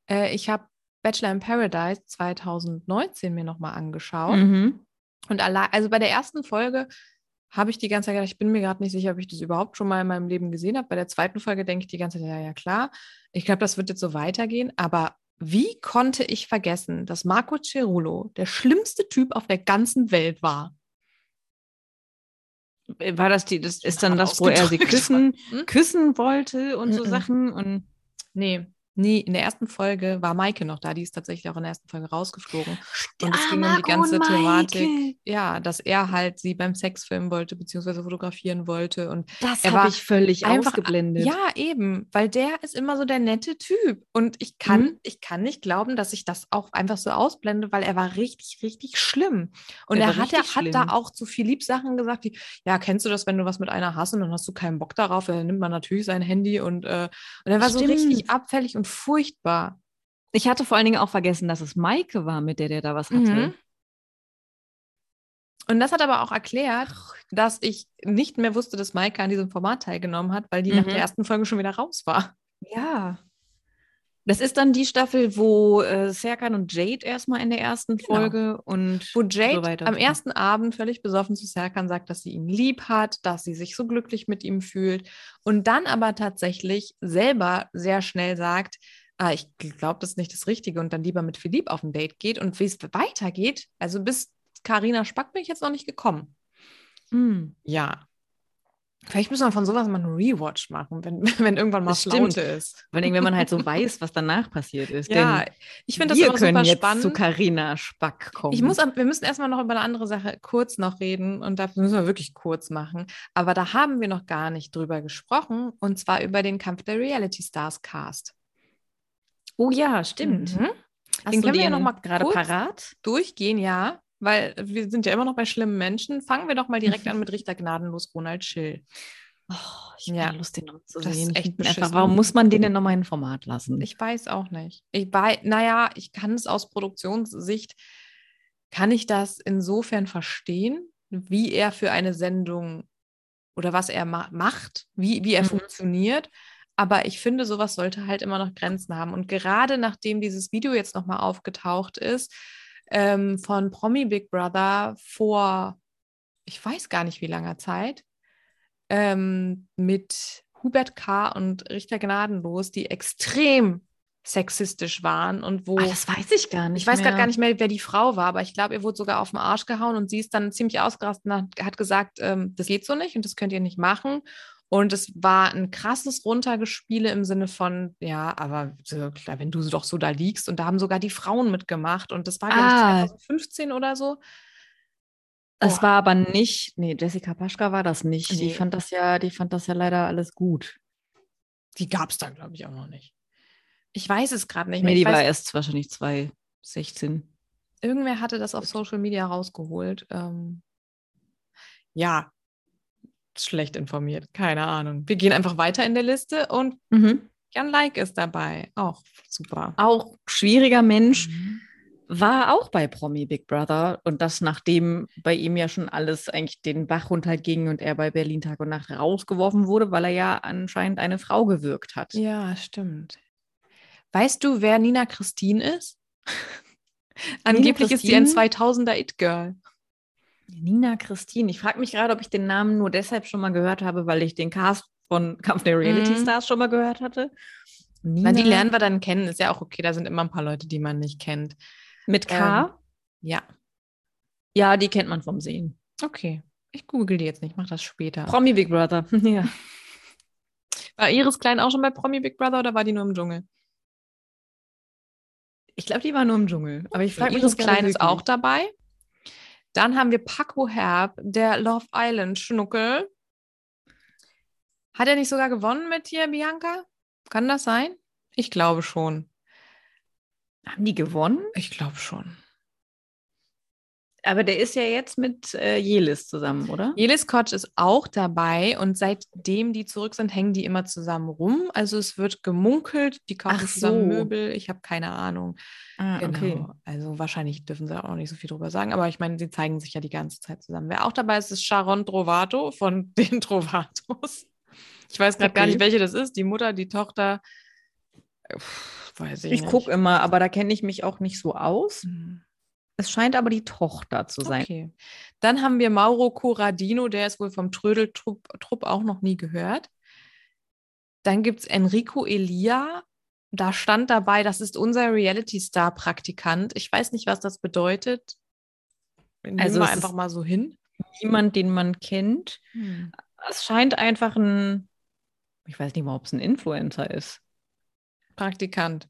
Speaker 2: Äh, ich habe Bachelor in Paradise 2019 mir nochmal angeschaut.
Speaker 3: Mhm.
Speaker 2: Und allein, also bei der ersten Folge habe ich die ganze Zeit gedacht, ich bin mir gerade nicht sicher, ob ich das überhaupt schon mal in meinem Leben gesehen habe. Bei der zweiten Folge denke ich die ganze Zeit, ja, ja, klar. Ich glaube, das wird jetzt so weitergehen. Aber wie konnte ich vergessen, dass Marco Cerullo der schlimmste Typ auf der ganzen Welt war?
Speaker 3: Äh, War das die, das ist dann
Speaker 2: hart
Speaker 3: das, wo er sie
Speaker 2: ausgedrückt.
Speaker 3: küssen,
Speaker 2: Hm?
Speaker 3: küssen wollte und so
Speaker 2: Mhm.
Speaker 3: Sachen und
Speaker 2: Nee, nee, in der ersten Folge war Maike noch da. Die ist tatsächlich auch in der ersten Folge rausgeflogen. Und es
Speaker 3: Ah,
Speaker 2: ging um die
Speaker 3: Marco und
Speaker 2: ganze
Speaker 3: Maike.
Speaker 2: Thematik, ja, dass er halt sie beim Sex filmen wollte, beziehungsweise fotografieren wollte. Und
Speaker 3: Das
Speaker 2: Er war
Speaker 3: habe ich völlig
Speaker 2: einfach-
Speaker 3: ausgeblendet.
Speaker 2: Ja, eben, weil der ist immer so der nette Typ. Und ich kann,
Speaker 3: Mhm.
Speaker 2: ich kann nicht glauben, dass ich das auch einfach so ausblende, weil er war richtig, richtig schlimm. Und er,
Speaker 3: Er war
Speaker 2: hat, er
Speaker 3: richtig
Speaker 2: hat da
Speaker 3: schlimm.
Speaker 2: auch zu viel Liebsachen gesagt, wie, ja, kennst du das, wenn du was mit einer hast und dann hast du keinen Bock darauf, dann nimmt man natürlich sein Handy und, äh, und er war so richtig
Speaker 3: Stimmt.
Speaker 2: abfällig und furchtbar.
Speaker 3: Ich hatte vor allen Dingen auch vergessen, dass es Maike war, mit der der da was hatte.
Speaker 2: Mhm. Und das hat aber auch erklärt, dass ich nicht mehr wusste, dass Maike an diesem Format teilgenommen hat, weil die nach
Speaker 3: Mhm.
Speaker 2: der ersten Folge schon wieder raus war.
Speaker 3: Ja. Das ist dann die Staffel, wo äh, Serkan und Jade erstmal in der ersten
Speaker 2: Genau.
Speaker 3: Folge und
Speaker 2: wo Jade
Speaker 3: weiter.
Speaker 2: am ersten Abend völlig besoffen zu Serkan sagt, dass sie ihn lieb hat, dass sie sich so glücklich mit ihm fühlt und dann aber tatsächlich selber sehr schnell sagt, ah, ich glaube, das ist nicht das Richtige und dann lieber mit Philipp auf ein Date geht und wie es weitergeht, also bis Karina Spack bin ich jetzt noch nicht gekommen.
Speaker 3: Hm.
Speaker 2: Ja. Vielleicht müssen wir von sowas mal einen Rewatch machen, wenn, wenn irgendwann mal
Speaker 3: Das stimmt.
Speaker 2: Flaute ist.
Speaker 3: Vor allen Dingen, wenn man halt so weiß, was danach passiert ist.
Speaker 2: Ja,
Speaker 3: Denn
Speaker 2: ich finde das
Speaker 3: wir
Speaker 2: immer
Speaker 3: können
Speaker 2: super
Speaker 3: jetzt
Speaker 2: spannend.
Speaker 3: zu Carina Spack kommen.
Speaker 2: Ich muss, am- wir müssen erstmal noch über eine andere Sache kurz noch reden und da müssen wir wirklich kurz machen. Aber da haben wir noch gar nicht drüber gesprochen und zwar über den Kampf der Reality Stars Cast.
Speaker 3: oh ja, stimmt.
Speaker 2: Mhm.
Speaker 3: Hast
Speaker 2: Den
Speaker 3: du
Speaker 2: können wir ja noch mal
Speaker 3: gerade
Speaker 2: kurz-
Speaker 3: parat.
Speaker 2: Durchgehen, ja, weil wir sind ja immer noch bei schlimmen Menschen. Fangen wir doch mal direkt an mit Richter gnadenlos Ronald Schill.
Speaker 3: Oh, ich habe
Speaker 2: Ja.
Speaker 3: Lust, den noch zu
Speaker 2: Das ist
Speaker 3: sehen. Ich
Speaker 2: echt
Speaker 3: find den
Speaker 2: beschissen.
Speaker 3: einfach, warum muss man den denn nochmal in ein Format lassen?
Speaker 2: Ich weiß auch nicht. Ich weiß, naja, ich kann es aus Produktionssicht, kann ich das insofern verstehen, wie er für eine Sendung oder was er ma macht, wie, wie er
Speaker 3: Mhm.
Speaker 2: funktioniert. Aber ich finde, sowas sollte halt immer noch Grenzen haben. Und gerade nachdem dieses Video jetzt nochmal aufgetaucht ist, ähm, von Promi Big Brother vor, ich weiß gar nicht wie langer Zeit, ähm, mit Hubert K. und Richter Gnadenlos, die extrem sexistisch waren und wo.
Speaker 3: Ah, das weiß ich gar
Speaker 2: Oh.
Speaker 3: nicht.
Speaker 2: ich weiß gerade
Speaker 3: mehr.
Speaker 2: gar nicht mehr, wer die Frau war, aber ich glaube, ihr wurde sogar auf den Arsch gehauen und sie ist dann ziemlich ausgerastet und hat, hat gesagt, ähm, das geht so nicht und das könnt ihr nicht machen. Und es war ein krasses Runtergespiele im Sinne von, ja, aber so, klar, wenn du so doch so da liegst und da haben sogar die Frauen mitgemacht und das war, glaube
Speaker 3: Ah.
Speaker 2: ich, 2015 oder so.
Speaker 3: Das
Speaker 2: Oh.
Speaker 3: war aber nicht. Nee, Jessica Paschka war das nicht.
Speaker 2: Nee.
Speaker 3: Die fand das ja, die fand das ja leider alles gut.
Speaker 2: Die gab es dann, glaube ich, auch noch nicht. Ich weiß es gerade nicht mehr.
Speaker 3: nee, die
Speaker 2: ich weiß,
Speaker 3: war erst wahrscheinlich 2016.
Speaker 2: Irgendwer hatte das auf Social Media rausgeholt. Ähm, ja, schlecht informiert, keine Ahnung. Wir gehen einfach weiter in der Liste und
Speaker 3: Mhm.
Speaker 2: Jan Like ist dabei. Auch super.
Speaker 3: Auch schwieriger Mensch.
Speaker 2: Mhm.
Speaker 3: War auch bei Promi Big Brother und das nachdem bei ihm ja schon alles eigentlich den Bach runterging und er bei Berlin Tag und Nacht rausgeworfen wurde, weil er ja anscheinend eine Frau gewirkt hat.
Speaker 2: Ja, stimmt. Weißt du, wer Nina Christine ist? Angeblich ist sie ein
Speaker 3: Christine?
Speaker 2: 2000er It-Girl.
Speaker 3: Nina Christine. Ich frage mich gerade, ob ich den Namen nur deshalb schon mal gehört habe, weil ich den Cast von Kampf der Reality
Speaker 2: Mhm.
Speaker 3: Stars schon mal gehört hatte. Nina
Speaker 2: Na, die lernen wir dann kennen, ist ja auch okay. Da sind immer ein paar Leute, die man nicht kennt.
Speaker 3: mit K.
Speaker 2: Ja,
Speaker 3: Ja, die kennt man vom Sehen.
Speaker 2: okay. Ich google die jetzt nicht, ich mach das später.
Speaker 3: Promi Big Brother. Ja.
Speaker 2: War Iris Klein auch schon bei Promi Big Brother oder war die nur im Dschungel?
Speaker 3: Ich glaube, die war nur im Dschungel. Aber ich frage mich,
Speaker 2: Iris
Speaker 3: das gerade
Speaker 2: Klein ist
Speaker 3: wirklich.
Speaker 2: auch dabei. Dann haben wir Paco Herb, der Love Island Schnuckel. Hat er nicht sogar gewonnen mit dir, Bianca? Kann das sein? Ich glaube schon.
Speaker 3: Haben die gewonnen?
Speaker 2: Ich glaube schon.
Speaker 3: Aber der ist ja jetzt mit äh, Jelis zusammen, oder?
Speaker 2: Jelis Kotsch ist auch dabei und seitdem die zurück sind, hängen die immer zusammen rum. Also es wird gemunkelt, die kaufen
Speaker 3: Ach
Speaker 2: zusammen
Speaker 3: so.
Speaker 2: Möbel. Ich habe keine Ahnung.
Speaker 3: Ah,
Speaker 2: Genau. Also wahrscheinlich dürfen sie auch nicht so viel drüber sagen, aber ich meine, sie zeigen sich ja die ganze Zeit zusammen. Wer auch dabei ist, ist Sharon Trovato von den Trovatos. Ich weiß gerade gar
Speaker 3: Okay.
Speaker 2: nicht, welche das ist. Die Mutter, die Tochter. Pff, weiß ich
Speaker 3: Ich
Speaker 2: nicht.
Speaker 3: gucke immer, aber da kenne ich mich auch nicht so aus.
Speaker 2: Hm.
Speaker 3: Es scheint aber die Tochter zu sein.
Speaker 2: Okay. Dann haben wir Mauro Corradino, der ist wohl vom Trödeltrupp Trupp auch noch nie gehört. Dann gibt es Enrico Elia. Da stand dabei, das ist unser Reality-Star-Praktikant. Ich weiß nicht, was das bedeutet. Nehmen also
Speaker 3: Also
Speaker 2: wir
Speaker 3: es
Speaker 2: einfach
Speaker 3: ist- Hm.
Speaker 2: mal so hin.
Speaker 3: Niemand, den man kennt. Es scheint einfach ein, ich weiß nicht mal, ob es ein Influencer ist.
Speaker 2: Praktikant.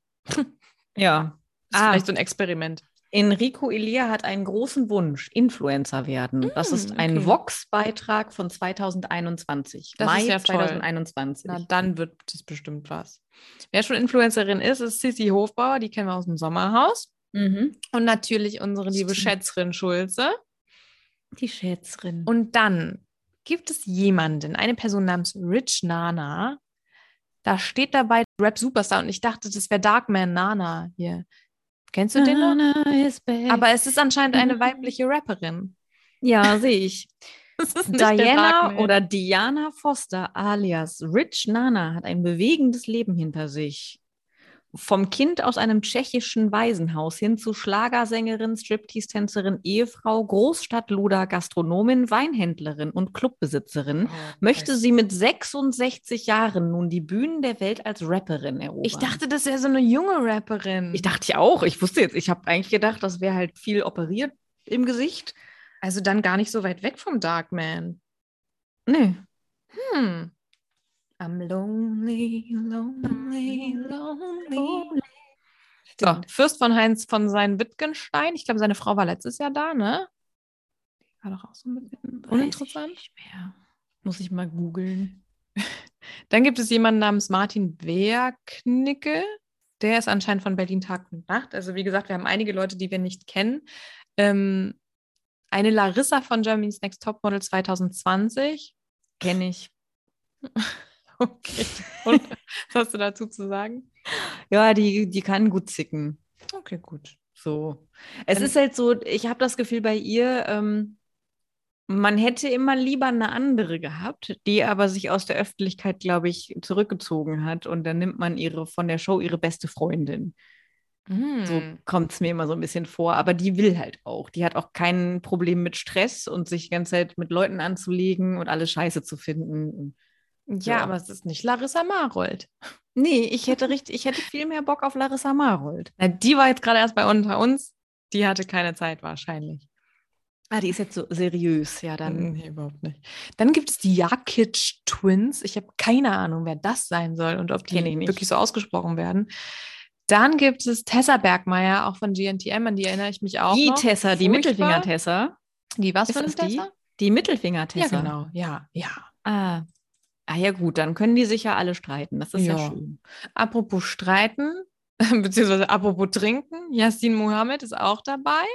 Speaker 3: Ja.
Speaker 2: Das ist
Speaker 3: Ah.
Speaker 2: vielleicht so ein Experiment.
Speaker 3: Enrico Elia hat einen großen Wunsch, Influencer werden. Das
Speaker 2: Mm,
Speaker 3: ist ein
Speaker 2: okay.
Speaker 3: Vox-Beitrag von 2021.
Speaker 2: Das
Speaker 3: Mai
Speaker 2: ist ja toll.
Speaker 3: 2021.
Speaker 2: Na, dann wird das bestimmt was. Wer schon Influencerin ist, ist Sissy Hofbauer. Die kennen wir aus dem Sommerhaus.
Speaker 3: Mhm.
Speaker 2: Und natürlich unsere liebe
Speaker 3: Stimmt.
Speaker 2: Schätzerin Schulze.
Speaker 3: Die Schätzerin.
Speaker 2: Und dann gibt es jemanden, eine Person namens Rich Nana. Da steht dabei Rap Superstar und ich dachte, das wäre Darkman Nana hier. Kennst du den noch?
Speaker 3: noch? Aber
Speaker 2: Aber es ist anscheinend eine weibliche Rapperin.
Speaker 3: ja, sehe ich.
Speaker 2: Das ist nicht der
Speaker 3: Diana
Speaker 2: Darkman.
Speaker 3: oder Diana Foster alias Rich Nana hat ein bewegendes Leben hinter sich. Vom Kind aus einem tschechischen Waisenhaus hin zu Schlagersängerin, Striptease-Tänzerin, Ehefrau, Großstadtluder, Gastronomin, Weinhändlerin und
Speaker 2: Oh,
Speaker 3: Clubbesitzerin möchte sie mit 66 Jahren nun die Bühnen der Welt als Rapperin erobern.
Speaker 2: Ich dachte, das wäre so eine junge Rapperin.
Speaker 3: ich dachte ich auch. Ich wusste jetzt, ich habe eigentlich gedacht, das wäre halt viel operiert im Gesicht.
Speaker 2: also dann gar nicht so weit weg vom Darkman.
Speaker 3: Nee,
Speaker 2: Hm. I'm lonely, lonely, lonely. So,
Speaker 3: Stimmt.
Speaker 2: Fürst von Heinz von seinen Wittgenstein. Ich glaube, seine Frau war letztes Jahr da, ne? War doch auch so ein bisschen uninteressant.
Speaker 3: Weiß ich nicht mehr. Muss ich mal googeln.
Speaker 2: Dann gibt es jemanden namens Martin Wehrknicke. Der ist anscheinend von Berlin Tag und Nacht. Also, wie gesagt, wir haben einige Leute, die wir nicht kennen. Ähm, eine Larissa von Germany's Next Topmodel 2020.
Speaker 3: Kenne ich.
Speaker 2: Okay. Und, was hast du dazu zu sagen?
Speaker 3: Ja, die, die kann gut zicken.
Speaker 2: Okay, gut.
Speaker 3: So. Es
Speaker 2: Dann-
Speaker 3: ist halt so, ich habe das Gefühl bei ihr, ähm, man hätte immer lieber eine andere gehabt, die aber sich aus der Öffentlichkeit, glaube ich, zurückgezogen hat. Und dann nimmt man ihre von der Show ihre beste Freundin. So
Speaker 2: So.
Speaker 3: kommt es mir immer so ein bisschen vor. Aber die will halt auch. Die hat auch kein Problem mit Stress und sich die ganze Zeit mit Leuten anzulegen und alles scheiße zu finden.
Speaker 2: Ja,
Speaker 3: Ja.
Speaker 2: aber es ist nicht Larissa Marold.
Speaker 3: Nee, ich hätte richtig, ich hätte viel mehr Bock auf Larissa Marold.
Speaker 2: Na, die war jetzt gerade erst bei unter uns. Die hatte keine Zeit wahrscheinlich.
Speaker 3: Ah, die ist jetzt so seriös, ja dann.
Speaker 2: nee, überhaupt nicht. Dann gibt es die Jakic Twins. Ich habe keine Ahnung, wer das sein soll und ob die
Speaker 3: Kenn ich nicht.
Speaker 2: wirklich so ausgesprochen werden. Dann gibt es Tessa Bergmeier, auch von GNTM, an die erinnere ich mich auch.
Speaker 3: Die
Speaker 2: noch.
Speaker 3: Tessa, die
Speaker 2: Furchtbar.
Speaker 3: Mittelfinger-Tessa.
Speaker 2: Die was
Speaker 3: Ist
Speaker 2: für eine
Speaker 3: das die?
Speaker 2: Tessa?
Speaker 3: Die Mittelfinger-Tessa.
Speaker 2: Ja, genau. Ja, ja.
Speaker 3: Ah. ah, ja gut, dann können die sich ja alle streiten. Das ist ja,
Speaker 2: Ja.
Speaker 3: schön.
Speaker 2: Apropos streiten, beziehungsweise apropos trinken, Yasin Mohammed ist auch dabei.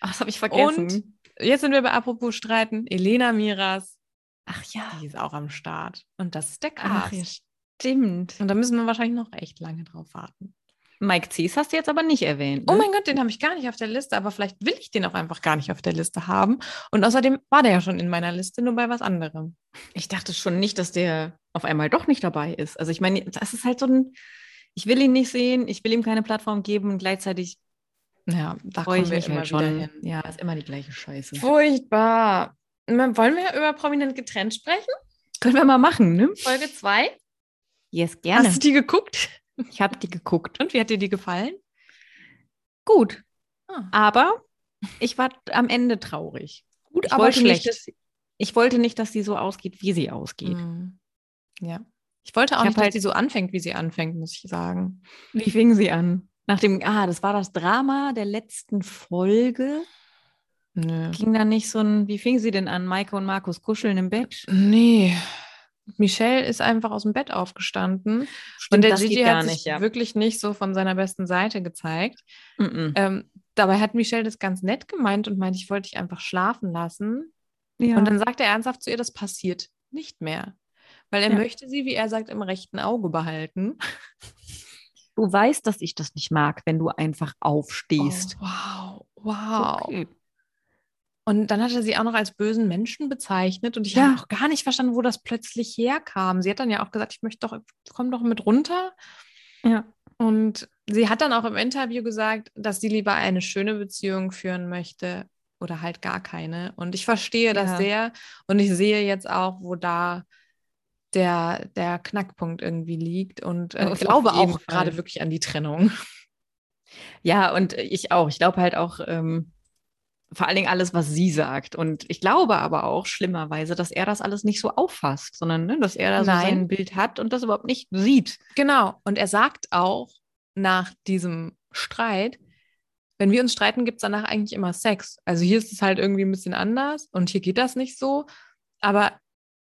Speaker 3: Ach, das habe ich
Speaker 2: Und- Jetzt sind wir bei apropos streiten. Elena Miras,
Speaker 3: Ach ja,
Speaker 2: die ist auch am Start. Und das ist der
Speaker 3: Ach, ja,
Speaker 2: Cast.
Speaker 3: stimmt.
Speaker 2: Und da müssen wir wahrscheinlich noch echt lange drauf warten.
Speaker 3: Mike Cees hast du jetzt aber nicht erwähnt.
Speaker 2: Oh
Speaker 3: ne?
Speaker 2: mein Gott, den habe ich gar nicht auf der Liste, aber vielleicht will ich den auch einfach gar nicht auf der Liste haben. Und außerdem war der ja schon in meiner Liste, nur bei was anderem.
Speaker 3: Ich dachte schon nicht, dass der auf einmal doch nicht dabei ist. Also ich meine, das ist halt so ein, ich will ihn nicht sehen, ich will ihm keine Plattform geben und gleichzeitig
Speaker 2: Ja, da
Speaker 3: freue
Speaker 2: kommen
Speaker 3: ich
Speaker 2: wir
Speaker 3: mich
Speaker 2: immer
Speaker 3: halt
Speaker 2: wieder
Speaker 3: schon.
Speaker 2: hin. Oh.
Speaker 3: Ja, ist immer die gleiche Scheiße.
Speaker 2: Furchtbar. Na, Wollen wir über prominent getrennt sprechen?
Speaker 3: Können wir mal machen, ne?
Speaker 2: Folge 2.
Speaker 3: Yes, gerne.
Speaker 2: Hast du die geguckt?
Speaker 3: Ich habe die geguckt.
Speaker 2: Und wie hat dir die gefallen?
Speaker 3: Gut,
Speaker 2: Ah.
Speaker 3: aber ich war am Ende traurig.
Speaker 2: Gut,
Speaker 3: Ich wollte nicht, dass, ich wollte nicht, dass sie so ausgeht, wie sie ausgeht.
Speaker 2: Mhm. Ja. Ich wollte auch
Speaker 3: Ich hab
Speaker 2: nicht,
Speaker 3: halt-
Speaker 2: dass sie so anfängt, wie sie anfängt, muss ich sagen.
Speaker 3: Wie fing sie an? Nach dem, ah, das war das Drama der letzten Folge.
Speaker 2: Nö.
Speaker 3: Ging da nicht so ein, wie fing sie denn an? Maike und Markus kuscheln im Bett?
Speaker 2: Nee. Michelle ist einfach aus dem Bett aufgestanden. und
Speaker 3: Stimmt,
Speaker 2: der
Speaker 3: das geht
Speaker 2: Gigi
Speaker 3: gar
Speaker 2: hat
Speaker 3: nicht,
Speaker 2: halt sich
Speaker 3: ja.
Speaker 2: wirklich nicht so von seiner besten Seite gezeigt.
Speaker 3: Mhm.
Speaker 2: Ähm, dabei hat Michelle das ganz nett gemeint und meint, ich wollte dich einfach schlafen lassen.
Speaker 3: Ja.
Speaker 2: Und dann sagt er ernsthaft zu ihr, das passiert nicht mehr. Weil er
Speaker 3: Ja.
Speaker 2: möchte sie, wie er sagt, im rechten Auge behalten.
Speaker 3: du weißt, dass ich das nicht mag, wenn du einfach aufstehst.
Speaker 2: Oh, wow, wow.
Speaker 3: Okay.
Speaker 2: Und dann hat er sie auch noch als bösen Menschen bezeichnet und ich
Speaker 3: Ja.
Speaker 2: habe auch gar nicht verstanden, wo das plötzlich herkam. Sie hat dann ja auch gesagt, ich möchte doch, komm doch mit runter.
Speaker 3: Ja.
Speaker 2: Und sie hat dann auch im Interview gesagt, dass sie lieber eine schöne Beziehung führen möchte oder halt gar keine. Und ich verstehe
Speaker 3: Ja.
Speaker 2: das sehr und ich sehe jetzt auch, wo da der, der Knackpunkt irgendwie liegt und äh,
Speaker 3: Auf
Speaker 2: glaube
Speaker 3: jeden
Speaker 2: auch
Speaker 3: Fall.
Speaker 2: gerade wirklich an die Trennung.
Speaker 3: Ja, und ich auch. Ich glaube halt auch ähm, vor allen Dingen alles, was sie sagt. Und ich glaube aber auch schlimmerweise, dass er das alles nicht so auffasst, sondern ne, dass er da so
Speaker 2: Nein.
Speaker 3: sein Bild hat und das überhaupt nicht sieht.
Speaker 2: Genau. Und er sagt auch nach diesem Streit, wenn wir uns streiten, gibt es danach eigentlich immer Sex. Also hier ist es halt irgendwie ein bisschen anders und hier geht das nicht so. Aber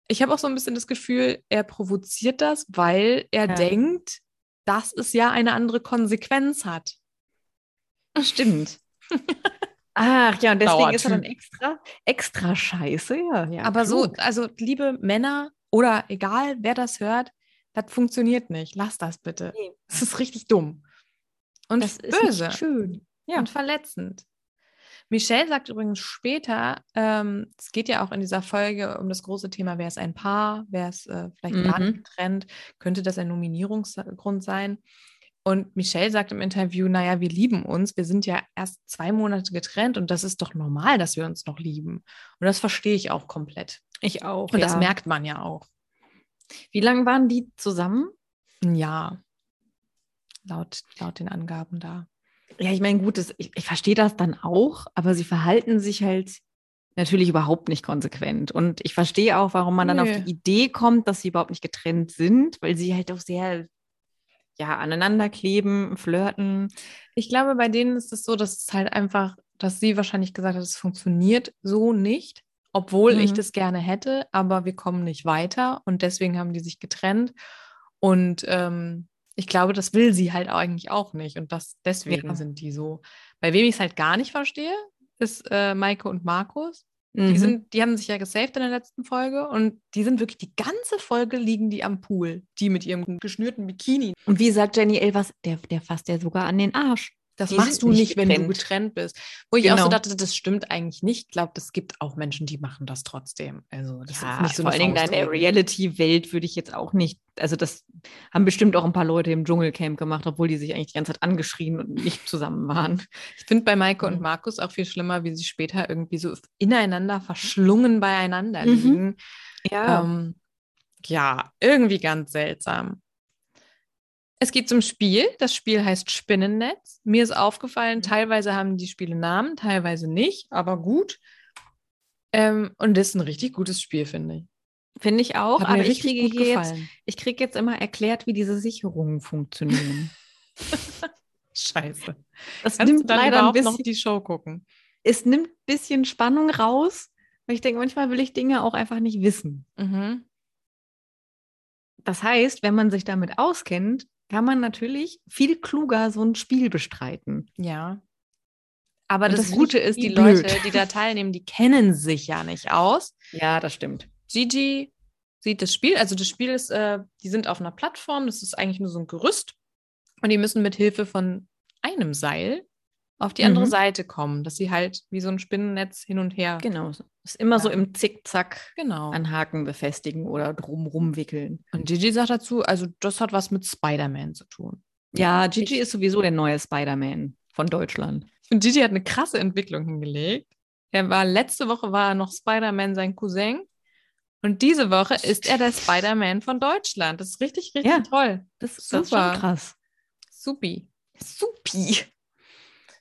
Speaker 2: ich habe auch so ein bisschen das Gefühl, er provoziert das, weil er
Speaker 3: Ja.
Speaker 2: denkt, dass es ja eine andere Konsequenz hat.
Speaker 3: Stimmt. Ach ja, und deswegen
Speaker 2: Dauer
Speaker 3: ist er dann
Speaker 2: Typ.
Speaker 3: extra, extra scheiße, ja. ja
Speaker 2: Aber so,
Speaker 3: klug.
Speaker 2: also liebe Männer oder egal, wer das hört, das funktioniert nicht. Lass das bitte.
Speaker 3: Nee.
Speaker 2: Es ist richtig dumm. Und
Speaker 3: das ist
Speaker 2: böse.
Speaker 3: Nicht schön. Ja.
Speaker 2: und verletzend. Michelle sagt übrigens später, ähm, es geht ja auch in dieser Folge um das große Thema, wer ist ein Paar, wer ist äh, vielleicht
Speaker 3: Mhm.
Speaker 2: gerade getrennt, könnte das ein Nominierungsgrund sein? Und Michelle sagt im Interview, naja, wir lieben uns, wir sind ja erst zwei Monate getrennt und das ist doch normal, dass wir uns noch lieben. Und das verstehe ich auch komplett.
Speaker 3: Ich auch.
Speaker 2: Und das merkt man ja auch.
Speaker 3: Wie lange waren die zusammen?
Speaker 2: Ja, laut, laut den Angaben da.
Speaker 3: Ja, ich meine, gut, das, ich, ich verstehe das dann auch, aber sie verhalten sich halt natürlich überhaupt nicht konsequent. Und ich verstehe auch, warum man dann auf
Speaker 2: Nö.
Speaker 3: die Idee kommt, dass sie überhaupt nicht getrennt sind, weil sie halt auch sehr ja, aneinander kleben, flirten.
Speaker 2: Ich glaube, bei denen ist es so, dass es halt einfach, dass sie wahrscheinlich gesagt hat, es funktioniert so nicht, obwohl ich
Speaker 3: Mhm.
Speaker 2: das gerne hätte, aber wir kommen nicht weiter und deswegen haben die sich getrennt. Und ähm, ich glaube, das will sie halt eigentlich auch nicht und das deswegen
Speaker 3: Ja.
Speaker 2: sind die so. Bei wem ich es halt gar nicht verstehe, ist äh, Maike und Markus. Die,
Speaker 3: Mhm.
Speaker 2: sind, die haben sich ja gesaved in der letzten Folge und die sind wirklich die ganze Folge liegen die am Pool, die mit ihrem geschnürten Bikini.
Speaker 3: Und wie sagt Jenny Elvers, der, der fasst ja sogar an den Arsch.
Speaker 2: Das
Speaker 3: Die
Speaker 2: machst
Speaker 3: sind
Speaker 2: du
Speaker 3: nicht
Speaker 2: nicht, wenn du
Speaker 3: getrennt.
Speaker 2: getrennt bist. Wo ich auch
Speaker 3: Genau.
Speaker 2: so dachte, das stimmt eigentlich nicht. Ich glaube, es gibt auch Menschen, die machen das trotzdem. Also das ist nicht so
Speaker 3: vor
Speaker 2: eine
Speaker 3: allen Dingen deine
Speaker 2: Faustregel.
Speaker 3: Reality-Welt würde ich jetzt auch nicht. Also, das haben bestimmt auch ein paar Leute im Dschungelcamp gemacht, obwohl die sich eigentlich die ganze Zeit angeschrien und nicht zusammen waren.
Speaker 2: Ich finde bei Maike und
Speaker 3: Mhm.
Speaker 2: Markus auch viel schlimmer, wie sie später irgendwie so ineinander verschlungen beieinander
Speaker 3: Mhm.
Speaker 2: liegen.
Speaker 3: Ähm,
Speaker 2: Ähm, ja, irgendwie ganz seltsam. Es geht zum Spiel. Das Spiel heißt Spinnennetz. Mir ist aufgefallen,
Speaker 3: Mhm.
Speaker 2: teilweise haben die Spiele Namen, teilweise nicht, aber gut. Ähm, und das ist ein richtig gutes Spiel, finde ich.
Speaker 3: Finde ich auch,
Speaker 2: Hat
Speaker 3: aber
Speaker 2: mir
Speaker 3: ich
Speaker 2: richtig
Speaker 3: kriege
Speaker 2: gut
Speaker 3: hier jetzt
Speaker 2: gefallen.
Speaker 3: Ich kriege jetzt immer erklärt, wie diese Sicherungen funktionieren.
Speaker 2: Scheiße.
Speaker 3: Das
Speaker 2: Kannst du
Speaker 3: nimmt
Speaker 2: dann
Speaker 3: leider ein
Speaker 2: überhaupt noch
Speaker 3: bisschen,
Speaker 2: die Show gucken?
Speaker 3: es nimmt ein bisschen Spannung raus, weil ich denke, manchmal will ich Dinge auch einfach nicht wissen.
Speaker 2: Mhm.
Speaker 3: Das heißt, wenn man sich damit auskennt, kann man natürlich viel kluger so ein Spiel bestreiten.
Speaker 2: Ja. Aber
Speaker 3: Und
Speaker 2: das,
Speaker 3: das find
Speaker 2: Gute
Speaker 3: ich
Speaker 2: ist, die
Speaker 3: irgendwie blöd.
Speaker 2: Leute, die da teilnehmen, die kennen sich ja nicht aus.
Speaker 3: Ja, das stimmt.
Speaker 2: Gigi sieht das Spiel, also das Spiel ist, äh, die sind auf einer Plattform, das ist eigentlich nur so ein Gerüst und die müssen mit Hilfe von einem Seil auf die andere
Speaker 3: Mhm.
Speaker 2: Seite kommen, dass sie halt wie so ein Spinnennetz hin und her.
Speaker 3: Genau. Ist immer so
Speaker 2: Ja.
Speaker 3: im Zickzack
Speaker 2: Genau.
Speaker 3: an Haken befestigen oder drumrum wickeln.
Speaker 2: Und Gigi sagt dazu, also das hat was mit Spider-Man zu tun.
Speaker 3: Ja, Gigi
Speaker 2: Ich-
Speaker 3: ist sowieso der neue Spider-Man von Deutschland.
Speaker 2: Ich finde, Gigi hat eine krasse Entwicklung hingelegt. Er war letzte Woche war er noch Spider-Man sein Cousin. Und diese Woche ist er der Spider-Man von Deutschland. Das ist richtig, richtig
Speaker 3: Ja.
Speaker 2: toll.
Speaker 3: Das, das ist
Speaker 2: Super.
Speaker 3: schon krass.
Speaker 2: Supi.
Speaker 3: Supi.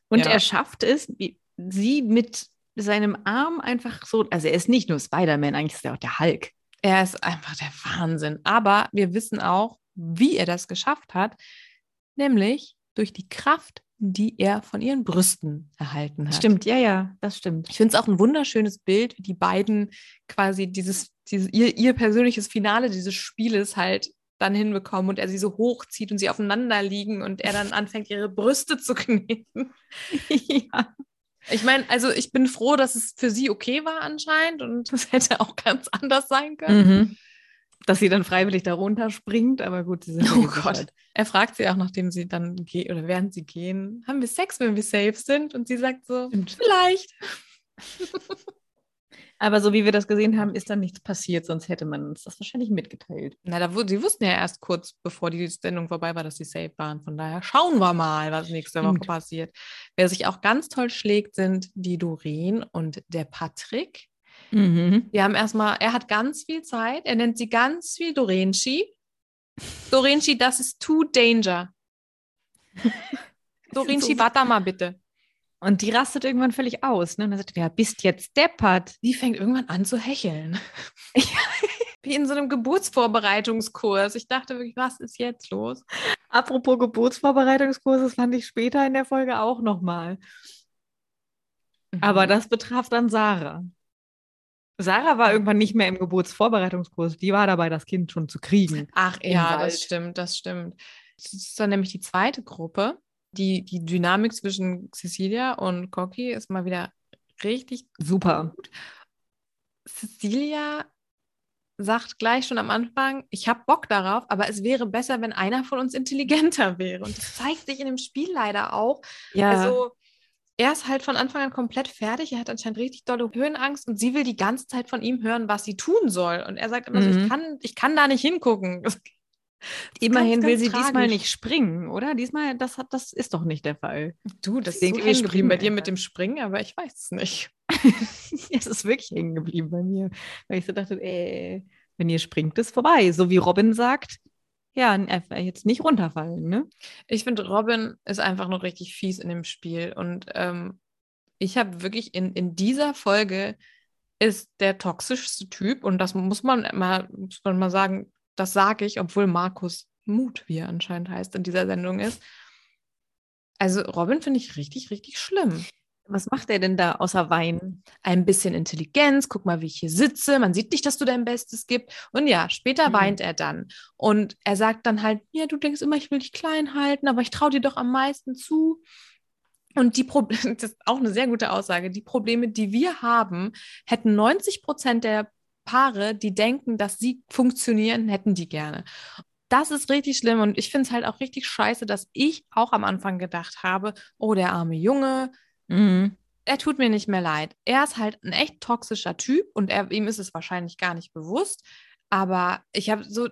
Speaker 3: Und
Speaker 2: Ja.
Speaker 3: er schafft es, wie- sie mit seinem Arm einfach so, also er ist nicht nur Spider-Man, eigentlich ist er auch der Hulk.
Speaker 2: Er ist einfach der Wahnsinn. Aber wir wissen auch, wie er das geschafft hat, nämlich durch die Kraft, die er von ihren Brüsten erhalten hat.
Speaker 3: Stimmt, ja, ja, das stimmt.
Speaker 2: Ich finde es auch ein wunderschönes Bild, wie die beiden quasi dieses, dieses ihr, ihr persönliches Finale dieses Spieles halt dann hinbekommen und er sie so hochzieht und sie aufeinander liegen und er dann anfängt, ihre Brüste zu kneten.
Speaker 3: ja.
Speaker 2: Ich meine, also ich bin froh, dass es für sie okay war anscheinend und es hätte auch ganz anders sein können.
Speaker 3: Mhm. Dass sie dann freiwillig da runterspringt, aber gut, sie sind
Speaker 2: Oh
Speaker 3: ja
Speaker 2: Gott.
Speaker 3: gesichert.
Speaker 2: Er fragt sie auch, nachdem sie dann gehen oder während sie gehen, haben wir Sex, wenn wir safe sind? Und sie sagt so,
Speaker 3: Stimmt.
Speaker 2: vielleicht.
Speaker 3: Aber so wie wir das gesehen haben, ist dann nichts passiert, sonst hätte man uns das wahrscheinlich mitgeteilt.
Speaker 2: Na, da, wu- sie wussten ja erst kurz, bevor die Sendung vorbei war, dass sie safe waren. Von daher schauen wir mal, was nächste Woche
Speaker 3: Stimmt.
Speaker 2: passiert. Wer sich auch ganz toll schlägt, sind die Doreen und der Patrick.
Speaker 3: Mhm.
Speaker 2: Die haben erstmal, er hat ganz viel Zeit. Er nennt sie ganz viel Dorenchi. Dorenchi, das ist too danger. Dorenchi, warte da mal bitte.
Speaker 3: Und die rastet irgendwann völlig aus. Ne? Und dann sagt er, ja, bist jetzt deppert.
Speaker 2: Die fängt irgendwann an zu hecheln. Wie in so einem Geburtsvorbereitungskurs. Ich dachte wirklich, was ist jetzt los?
Speaker 3: Apropos Geburtsvorbereitungskurs, das fand ich später in der Folge auch nochmal.
Speaker 2: Mhm.
Speaker 3: Aber das betraf dann Sarah. Sarah war irgendwann nicht mehr im Geburtsvorbereitungskurs. Die war dabei, das Kind schon zu kriegen.
Speaker 2: Ach
Speaker 3: Im
Speaker 2: ja,
Speaker 3: Wald.
Speaker 2: das stimmt, das stimmt. Das ist dann nämlich die zweite Gruppe. Die, die Dynamik zwischen Cecilia und Cocky ist mal wieder richtig
Speaker 3: Super.
Speaker 2: Cecilia sagt gleich schon am Anfang, ich habe Bock darauf, aber es wäre besser, wenn einer von uns intelligenter wäre. Und das zeigt sich in dem Spiel leider auch.
Speaker 3: Ja.
Speaker 2: Also er ist halt von Anfang an komplett fertig. Er hat anscheinend richtig dolle Höhenangst und sie will die ganze Zeit von ihm hören, was sie tun soll. Und er sagt immer so,
Speaker 3: Mhm.
Speaker 2: ich kann, ich kann da nicht hingucken.
Speaker 3: Immerhin
Speaker 2: ganz,
Speaker 3: will
Speaker 2: ganz
Speaker 3: sie diesmal
Speaker 2: tragisch.
Speaker 3: nicht springen, oder? Diesmal, das, hat, das ist doch nicht der Fall.
Speaker 2: Du, das
Speaker 3: Deswegen
Speaker 2: ist so
Speaker 3: wir
Speaker 2: hängen geblieben bei
Speaker 3: springen
Speaker 2: dir mit
Speaker 3: einfach.
Speaker 2: dem Springen, aber ich weiß es nicht.
Speaker 3: es ist wirklich hängen geblieben bei mir, weil ich so dachte, äh, wenn ihr springt, ist vorbei. So wie Robin sagt, ja, n- äh, jetzt nicht runterfallen, ne?
Speaker 2: Ich finde, Robin ist einfach nur richtig fies in dem Spiel. Und ähm, ich habe wirklich in, in dieser Folge ist der toxischste Typ. Und das muss man mal, muss man mal sagen, das sage ich, obwohl Markus Mut, wie er anscheinend heißt, in dieser Sendung ist. Also Robin finde ich richtig, richtig schlimm.
Speaker 3: Was macht er denn da außer weinen?
Speaker 2: Ein bisschen Intelligenz, guck mal, wie ich hier sitze. Man sieht nicht, dass du dein Bestes gibst. Und ja, später
Speaker 3: Mhm.
Speaker 2: weint er dann. Und er sagt dann halt, ja, du denkst immer, ich will dich klein halten, aber ich traue dir doch am meisten zu. Und die Pro das ist auch eine sehr gute Aussage. Die Probleme, die wir haben, hätten 90 Prozent der Paare, die denken, dass sie funktionieren, hätten die gerne. Das ist richtig schlimm und ich finde es halt auch richtig scheiße, dass ich auch am Anfang gedacht habe, oh, der arme Junge,
Speaker 3: Mhm.
Speaker 2: er tut mir nicht mehr leid. Er ist halt ein echt toxischer Typ und er, ihm ist es wahrscheinlich gar nicht bewusst. Aber ich habe so,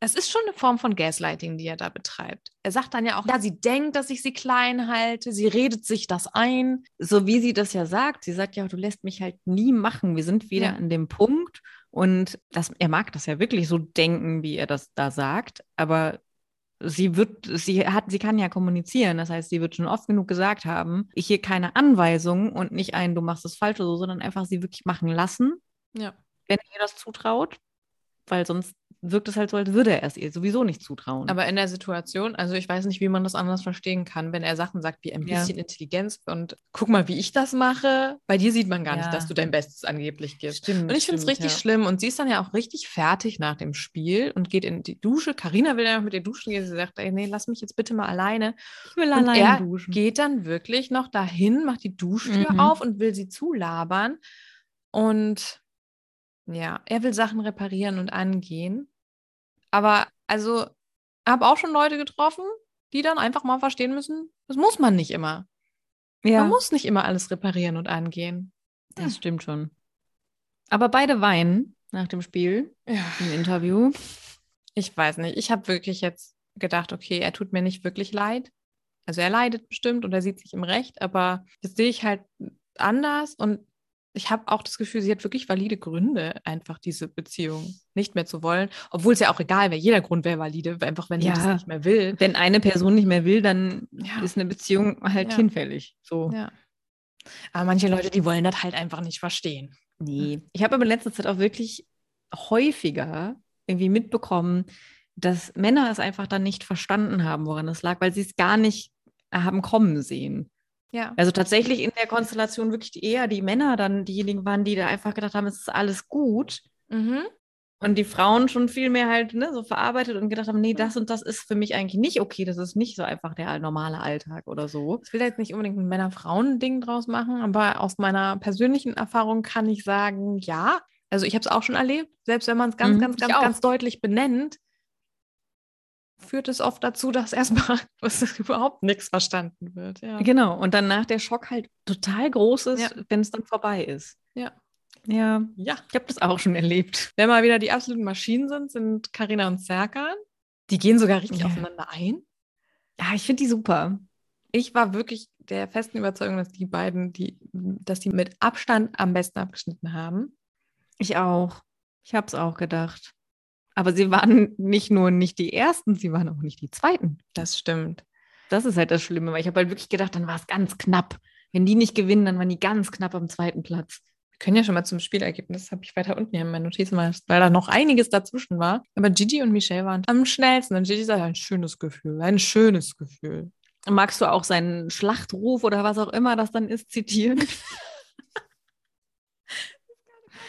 Speaker 2: es ist schon eine Form von Gaslighting, die er da betreibt. Er sagt dann ja auch, ja, sie denkt, dass ich sie klein halte, sie redet sich das ein.
Speaker 3: So wie sie das ja sagt, sie sagt ja, du lässt mich halt nie machen. Wir sind wieder
Speaker 2: Ja.
Speaker 3: an dem Punkt und das, er mag das ja wirklich so denken, wie er das da sagt, aber sie wird, sie hat, sie kann ja kommunizieren. Das heißt, sie wird schon oft genug gesagt haben, ich hier keine Anweisungen und nicht ein, du machst es falsch oder so, sondern einfach sie wirklich machen lassen.
Speaker 2: Ja.
Speaker 3: wenn er ihr das zutraut, weil sonst wirkt es halt so, als würde er es ihr sowieso nicht zutrauen.
Speaker 2: Aber in der Situation, also ich weiß nicht, wie man das anders verstehen kann, wenn er Sachen sagt wie ein
Speaker 3: Ja.
Speaker 2: bisschen Intelligenz und guck mal, wie ich das mache. Bei dir sieht man gar
Speaker 3: Ja.
Speaker 2: nicht, dass du dein Bestes angeblich gibst.
Speaker 3: stimmt.
Speaker 2: Und ich finde es richtig
Speaker 3: ja.
Speaker 2: schlimm. Und sie ist dann ja auch richtig fertig nach dem Spiel und geht in die Dusche. Karina will ja noch mit ihr duschen gehen. Sie sagt, ey, nee, lass mich jetzt bitte mal alleine.
Speaker 3: Ich will
Speaker 2: Und er
Speaker 3: allein duschen.
Speaker 2: geht dann wirklich noch dahin, macht die Duschtür
Speaker 3: Hm. Mhm.
Speaker 2: auf und will sie zulabern. Und ja, er will Sachen reparieren und angehen. Aber also, habe auch schon Leute getroffen, die dann einfach mal verstehen müssen, das muss man nicht immer.
Speaker 3: ja,
Speaker 2: Man muss nicht immer alles reparieren und angehen.
Speaker 3: das stimmt schon. Aber beide weinen nach dem Spiel
Speaker 2: Ja.
Speaker 3: im Interview.
Speaker 2: Ich weiß nicht. Ich habe wirklich jetzt gedacht, okay, er tut mir nicht wirklich leid. Also er leidet bestimmt und er sieht sich im Recht, aber das sehe ich halt anders und ich habe auch das Gefühl, sie hat wirklich valide Gründe, einfach diese Beziehung nicht mehr zu wollen. Obwohl es ja auch egal wäre, jeder Grund wäre valide, einfach wenn sie das
Speaker 3: Ja.
Speaker 2: nicht mehr will.
Speaker 3: Wenn eine Person nicht mehr will, dann
Speaker 2: Ja.
Speaker 3: ist eine Beziehung halt
Speaker 2: Ja.
Speaker 3: hinfällig. So.
Speaker 2: Ja. Aber manche Leute, die wollen das halt einfach nicht verstehen.
Speaker 3: Nee. Ich habe aber in letzter Zeit auch wirklich häufiger irgendwie mitbekommen, dass Männer es einfach dann nicht verstanden haben, woran es lag, weil sie es gar nicht haben kommen sehen.
Speaker 2: Ja.
Speaker 3: Also tatsächlich in der Konstellation wirklich eher die Männer dann diejenigen waren, die da einfach gedacht haben, es ist alles gut.
Speaker 2: Mhm.
Speaker 3: Und die Frauen schon viel mehr halt ne, so verarbeitet und gedacht haben, nee, das und das ist für mich eigentlich nicht okay. Das ist nicht so einfach der normale Alltag oder so.
Speaker 2: Ich will da jetzt nicht unbedingt ein Männer-Frauen-Ding draus machen, aber aus meiner persönlichen Erfahrung kann ich sagen, ja. Also ich habe es auch schon erlebt, selbst wenn man es ganz,
Speaker 3: Mhm,
Speaker 2: ganz,
Speaker 3: ich
Speaker 2: ganz,
Speaker 3: auch.
Speaker 2: ganz deutlich benennt, führt es oft dazu, dass erstmal dass überhaupt nichts verstanden wird. Ja.
Speaker 3: Genau. Und danach der Schock halt total groß ist,
Speaker 2: Ja.
Speaker 3: wenn es dann vorbei ist.
Speaker 2: Ja.
Speaker 3: Ja,
Speaker 2: ja.
Speaker 3: ich habe das auch schon erlebt.
Speaker 2: Wer mal wieder die absoluten Maschinen sind, sind Karina und Serkan. Die gehen sogar richtig
Speaker 3: Ja.
Speaker 2: aufeinander ein.
Speaker 3: Ja, ich finde die super.
Speaker 2: Ich war wirklich der festen Überzeugung, dass die beiden, die, dass die mit Abstand am besten abgeschnitten haben.
Speaker 3: Ich auch. Ich habe es auch gedacht. Aber sie waren nicht nur nicht die Ersten, sie waren auch nicht die Zweiten.
Speaker 2: Das stimmt.
Speaker 3: Das ist halt das Schlimme, weil ich habe halt wirklich gedacht, dann war es ganz knapp. Wenn die nicht gewinnen, dann waren die ganz knapp am zweiten Platz.
Speaker 2: Wir können ja schon mal zum Spielergebnis, das habe ich weiter unten hier in meinen Notizen, weil, weil da noch einiges dazwischen war. Aber Gigi und Michelle waren am schnellsten. Und Gigi sagt, ein schönes Gefühl, ein schönes Gefühl.
Speaker 3: Magst du auch seinen Schlachtruf oder was auch immer das dann ist zitieren?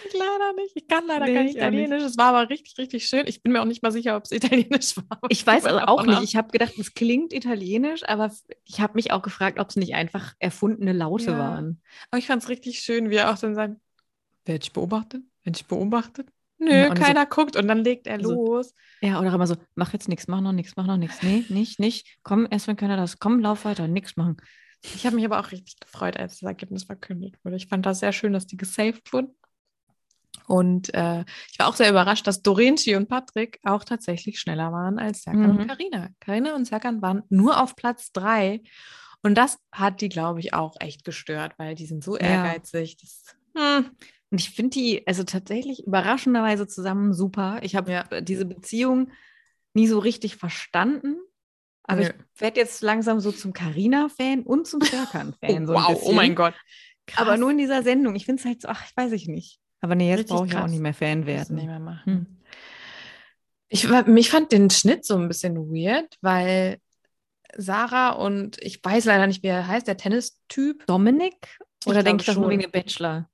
Speaker 2: Ich leider nicht. Ich kann leider
Speaker 3: Nee,
Speaker 2: kein
Speaker 3: ich auch nicht.
Speaker 2: Italienisch. Es war aber richtig, richtig schön. Ich bin mir auch nicht mal sicher, ob es Italienisch war.
Speaker 3: Ich weiß also auch
Speaker 2: Davon ab.
Speaker 3: nicht. Ich habe gedacht, es klingt italienisch, aber ich habe mich auch gefragt, ob es nicht einfach erfundene Laute
Speaker 2: Ja.
Speaker 3: waren.
Speaker 2: Aber ich fand es richtig schön, wie er auch dann sagt, werde ich beobachtet? Werde ich beobachtet? Nö,
Speaker 3: Ja, und so-
Speaker 2: keiner guckt. Und dann legt er
Speaker 3: so-
Speaker 2: los.
Speaker 3: Ja, oder auch immer so, mach jetzt nichts, mach noch nichts, mach noch nichts. Nee, nicht, nicht. Komm, erstmal können wir das. Komm, lauf weiter, nichts machen.
Speaker 2: Ich habe mich aber auch richtig gefreut, als das Ergebnis verkündet wurde. Ich fand das sehr schön, dass die gesaved wurden. Und äh, ich war auch sehr überrascht, dass Dorenci und Patrick auch tatsächlich schneller waren als Serkan
Speaker 3: Mhm.
Speaker 2: und Karina. Karina und Serkan waren nur auf Platz drei. Und das hat die, glaube ich, auch echt gestört, weil die sind so ehrgeizig. Das, hm,
Speaker 3: Und ich finde die, also tatsächlich überraschenderweise zusammen super. Ich habe
Speaker 2: Ja.
Speaker 3: äh, diese Beziehung nie so richtig verstanden. Aber
Speaker 2: Nö.
Speaker 3: ich werde jetzt langsam so zum Carina-Fan und zum Serkan-Fan. so ein
Speaker 2: wow, oh
Speaker 3: bisschen.
Speaker 2: mein Gott.
Speaker 3: Aber
Speaker 2: Krass.
Speaker 3: nur in dieser Sendung. Ich finde es halt so, ach, ich weiß ich nicht. Aber nee, jetzt
Speaker 2: Richtig
Speaker 3: brauche ich auch
Speaker 2: krass.
Speaker 3: nicht mehr Fan
Speaker 2: Kannst du
Speaker 3: werden.
Speaker 2: nicht mehr machen.
Speaker 3: Hm.
Speaker 2: Ich, war- mich fand den Schnitt so ein bisschen weird, weil Sarah und ich weiß leider nicht, wie er heißt, der Tennistyp.
Speaker 3: Dominik? Oder
Speaker 2: glaube
Speaker 3: denke ich das nur
Speaker 2: schon.
Speaker 3: wegen der Bachelor?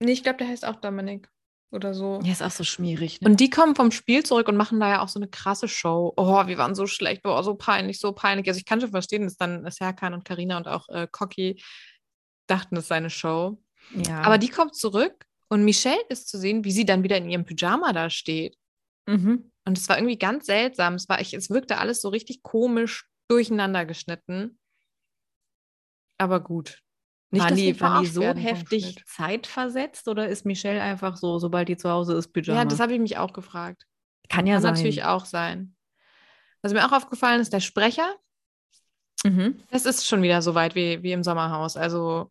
Speaker 2: Nee, ich glaube, der heißt auch Dominik oder so.
Speaker 3: Ja, ist auch so schmierig. Ne?
Speaker 2: Und die kommen vom Spiel zurück und machen da ja auch so eine krasse Show. Oh, wir waren so schlecht, oh, so peinlich, so peinlich. Also ich kann schon verstehen, dass dann Serkan und Karina und auch äh, Cocky dachten, das sei eine Show.
Speaker 3: ja.
Speaker 2: Aber die kommt zurück und Michelle ist zu sehen, wie sie dann wieder in ihrem Pyjama da steht.
Speaker 3: Mhm.
Speaker 2: Und es war irgendwie ganz seltsam. Es, war, ich, es wirkte alles so richtig komisch durcheinander geschnitten. Aber gut.
Speaker 3: waren
Speaker 2: dass wir
Speaker 3: die, waren die
Speaker 2: verarscht
Speaker 3: so
Speaker 2: werden vom Schnitt.
Speaker 3: heftig zeitversetzt oder ist Michelle einfach so, sobald die zu Hause ist, Pyjama?
Speaker 2: Ja, das habe ich mich auch gefragt.
Speaker 3: kann ja
Speaker 2: Kann
Speaker 3: sein.
Speaker 2: natürlich auch sein. Was mir auch aufgefallen ist, der Sprecher,
Speaker 3: Mhm.
Speaker 2: das ist schon wieder so weit wie, wie im Sommerhaus. Also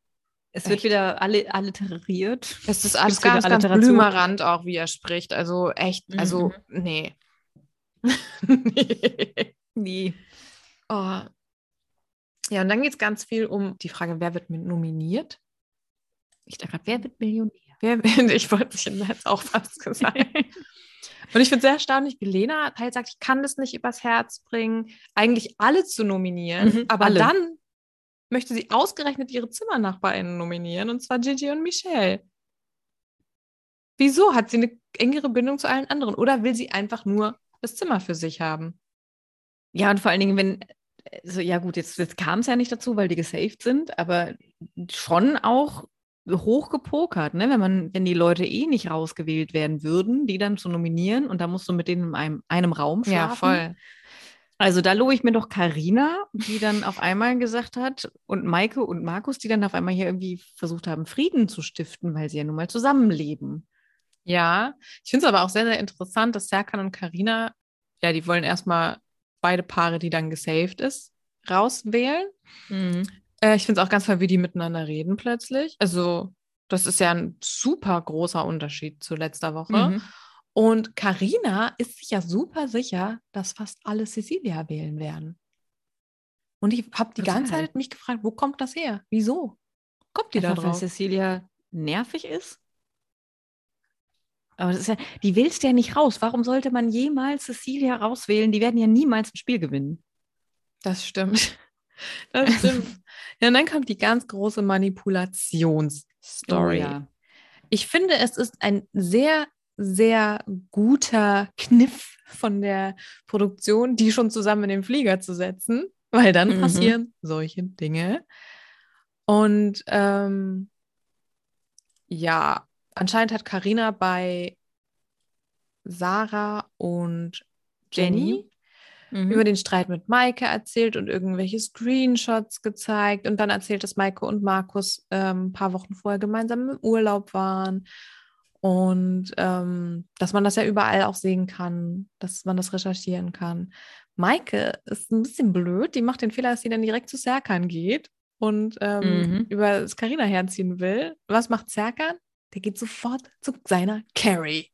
Speaker 3: Es wird
Speaker 2: Echt?
Speaker 3: wieder alle alliteriert.
Speaker 2: es ist alles
Speaker 3: Gibt's wieder
Speaker 2: ganz, ganz
Speaker 3: Alliteration?
Speaker 2: blümerant auch, wie er spricht. Also echt,
Speaker 3: Mhm.
Speaker 2: also nee. nee.
Speaker 3: Nee.
Speaker 2: Oh. Ja, und dann geht es ganz viel um die Frage, wer wird mit nominiert?
Speaker 3: Ich dachte gerade, wer wird Millionär?
Speaker 2: Wer wird, ich wollte ich hätte jetzt auch fast gesagt. und ich finde sehr erstaunlich, wie Lena halt sagt, ich kann das nicht übers Herz bringen, eigentlich alle zu nominieren,
Speaker 3: Mhm,
Speaker 2: aber
Speaker 3: alle.
Speaker 2: dann möchte sie ausgerechnet ihre ZimmernachbarInnen nominieren, und zwar Gigi und Michelle. Wieso hat sie eine engere Bindung zu allen anderen? Oder will sie einfach nur das Zimmer für sich haben?
Speaker 3: Ja, und vor allen Dingen, wenn, also, ja gut, jetzt, jetzt kam es ja nicht dazu, weil die gesaved sind, aber schon auch hoch gepokert, ne? wenn, man, wenn die Leute eh nicht rausgewählt werden würden, die dann zu nominieren und da musst du mit denen in einem, einem Raum schlafen. Also da lobe ich mir doch Karina, die dann auf einmal gesagt hat, und Maike und Markus, die dann auf einmal hier irgendwie versucht haben, Frieden zu stiften, weil sie ja nun mal zusammenleben.
Speaker 2: Ja, ich finde es aber auch sehr, sehr interessant, dass Serkan und Karina, ja, die wollen erstmal beide Paare, die dann gesaved ist, rauswählen. Äh, ich finde es auch ganz toll, wie die miteinander reden plötzlich. Also, das ist ja ein super großer Unterschied zu letzter Woche.
Speaker 3: Mhm.
Speaker 2: Und Karina ist sich ja super sicher, dass fast alle Cecilia wählen werden. Und ich habe die ganze
Speaker 3: Total.
Speaker 2: Zeit mich gefragt, wo kommt das her? Wieso? Kommt die da
Speaker 3: Einfach, weil
Speaker 2: drauf?
Speaker 3: Cecilia nervig ist. Aber das ist ja, die willst du ja nicht raus. Warum sollte man jemals Cecilia rauswählen? Die werden ja niemals ein Spiel gewinnen.
Speaker 2: Das stimmt. Das stimmt. ja, und dann kommt die ganz große Manipulationsstory.
Speaker 3: Oh ja.
Speaker 2: Ich finde, es ist ein sehr, sehr guter Kniff von der Produktion, die schon zusammen in den Flieger zu setzen, weil dann
Speaker 3: Mhm.
Speaker 2: passieren solche Dinge. Und ähm, ja, anscheinend hat Karina bei Sarah und Jenny
Speaker 3: Jenny? Mhm.
Speaker 2: über den Streit mit Maike erzählt und irgendwelche Screenshots gezeigt und dann erzählt, dass Maike und Markus ähm, ein paar Wochen vorher gemeinsam im Urlaub waren und ähm, dass man das ja überall auch sehen kann, dass man das recherchieren kann. Maike ist ein bisschen blöd, die macht den Fehler, dass sie dann direkt zu Serkan geht und ähm,
Speaker 3: Mhm.
Speaker 2: über das Carina herziehen will. Was macht Serkan? Der geht sofort zu seiner Carrie.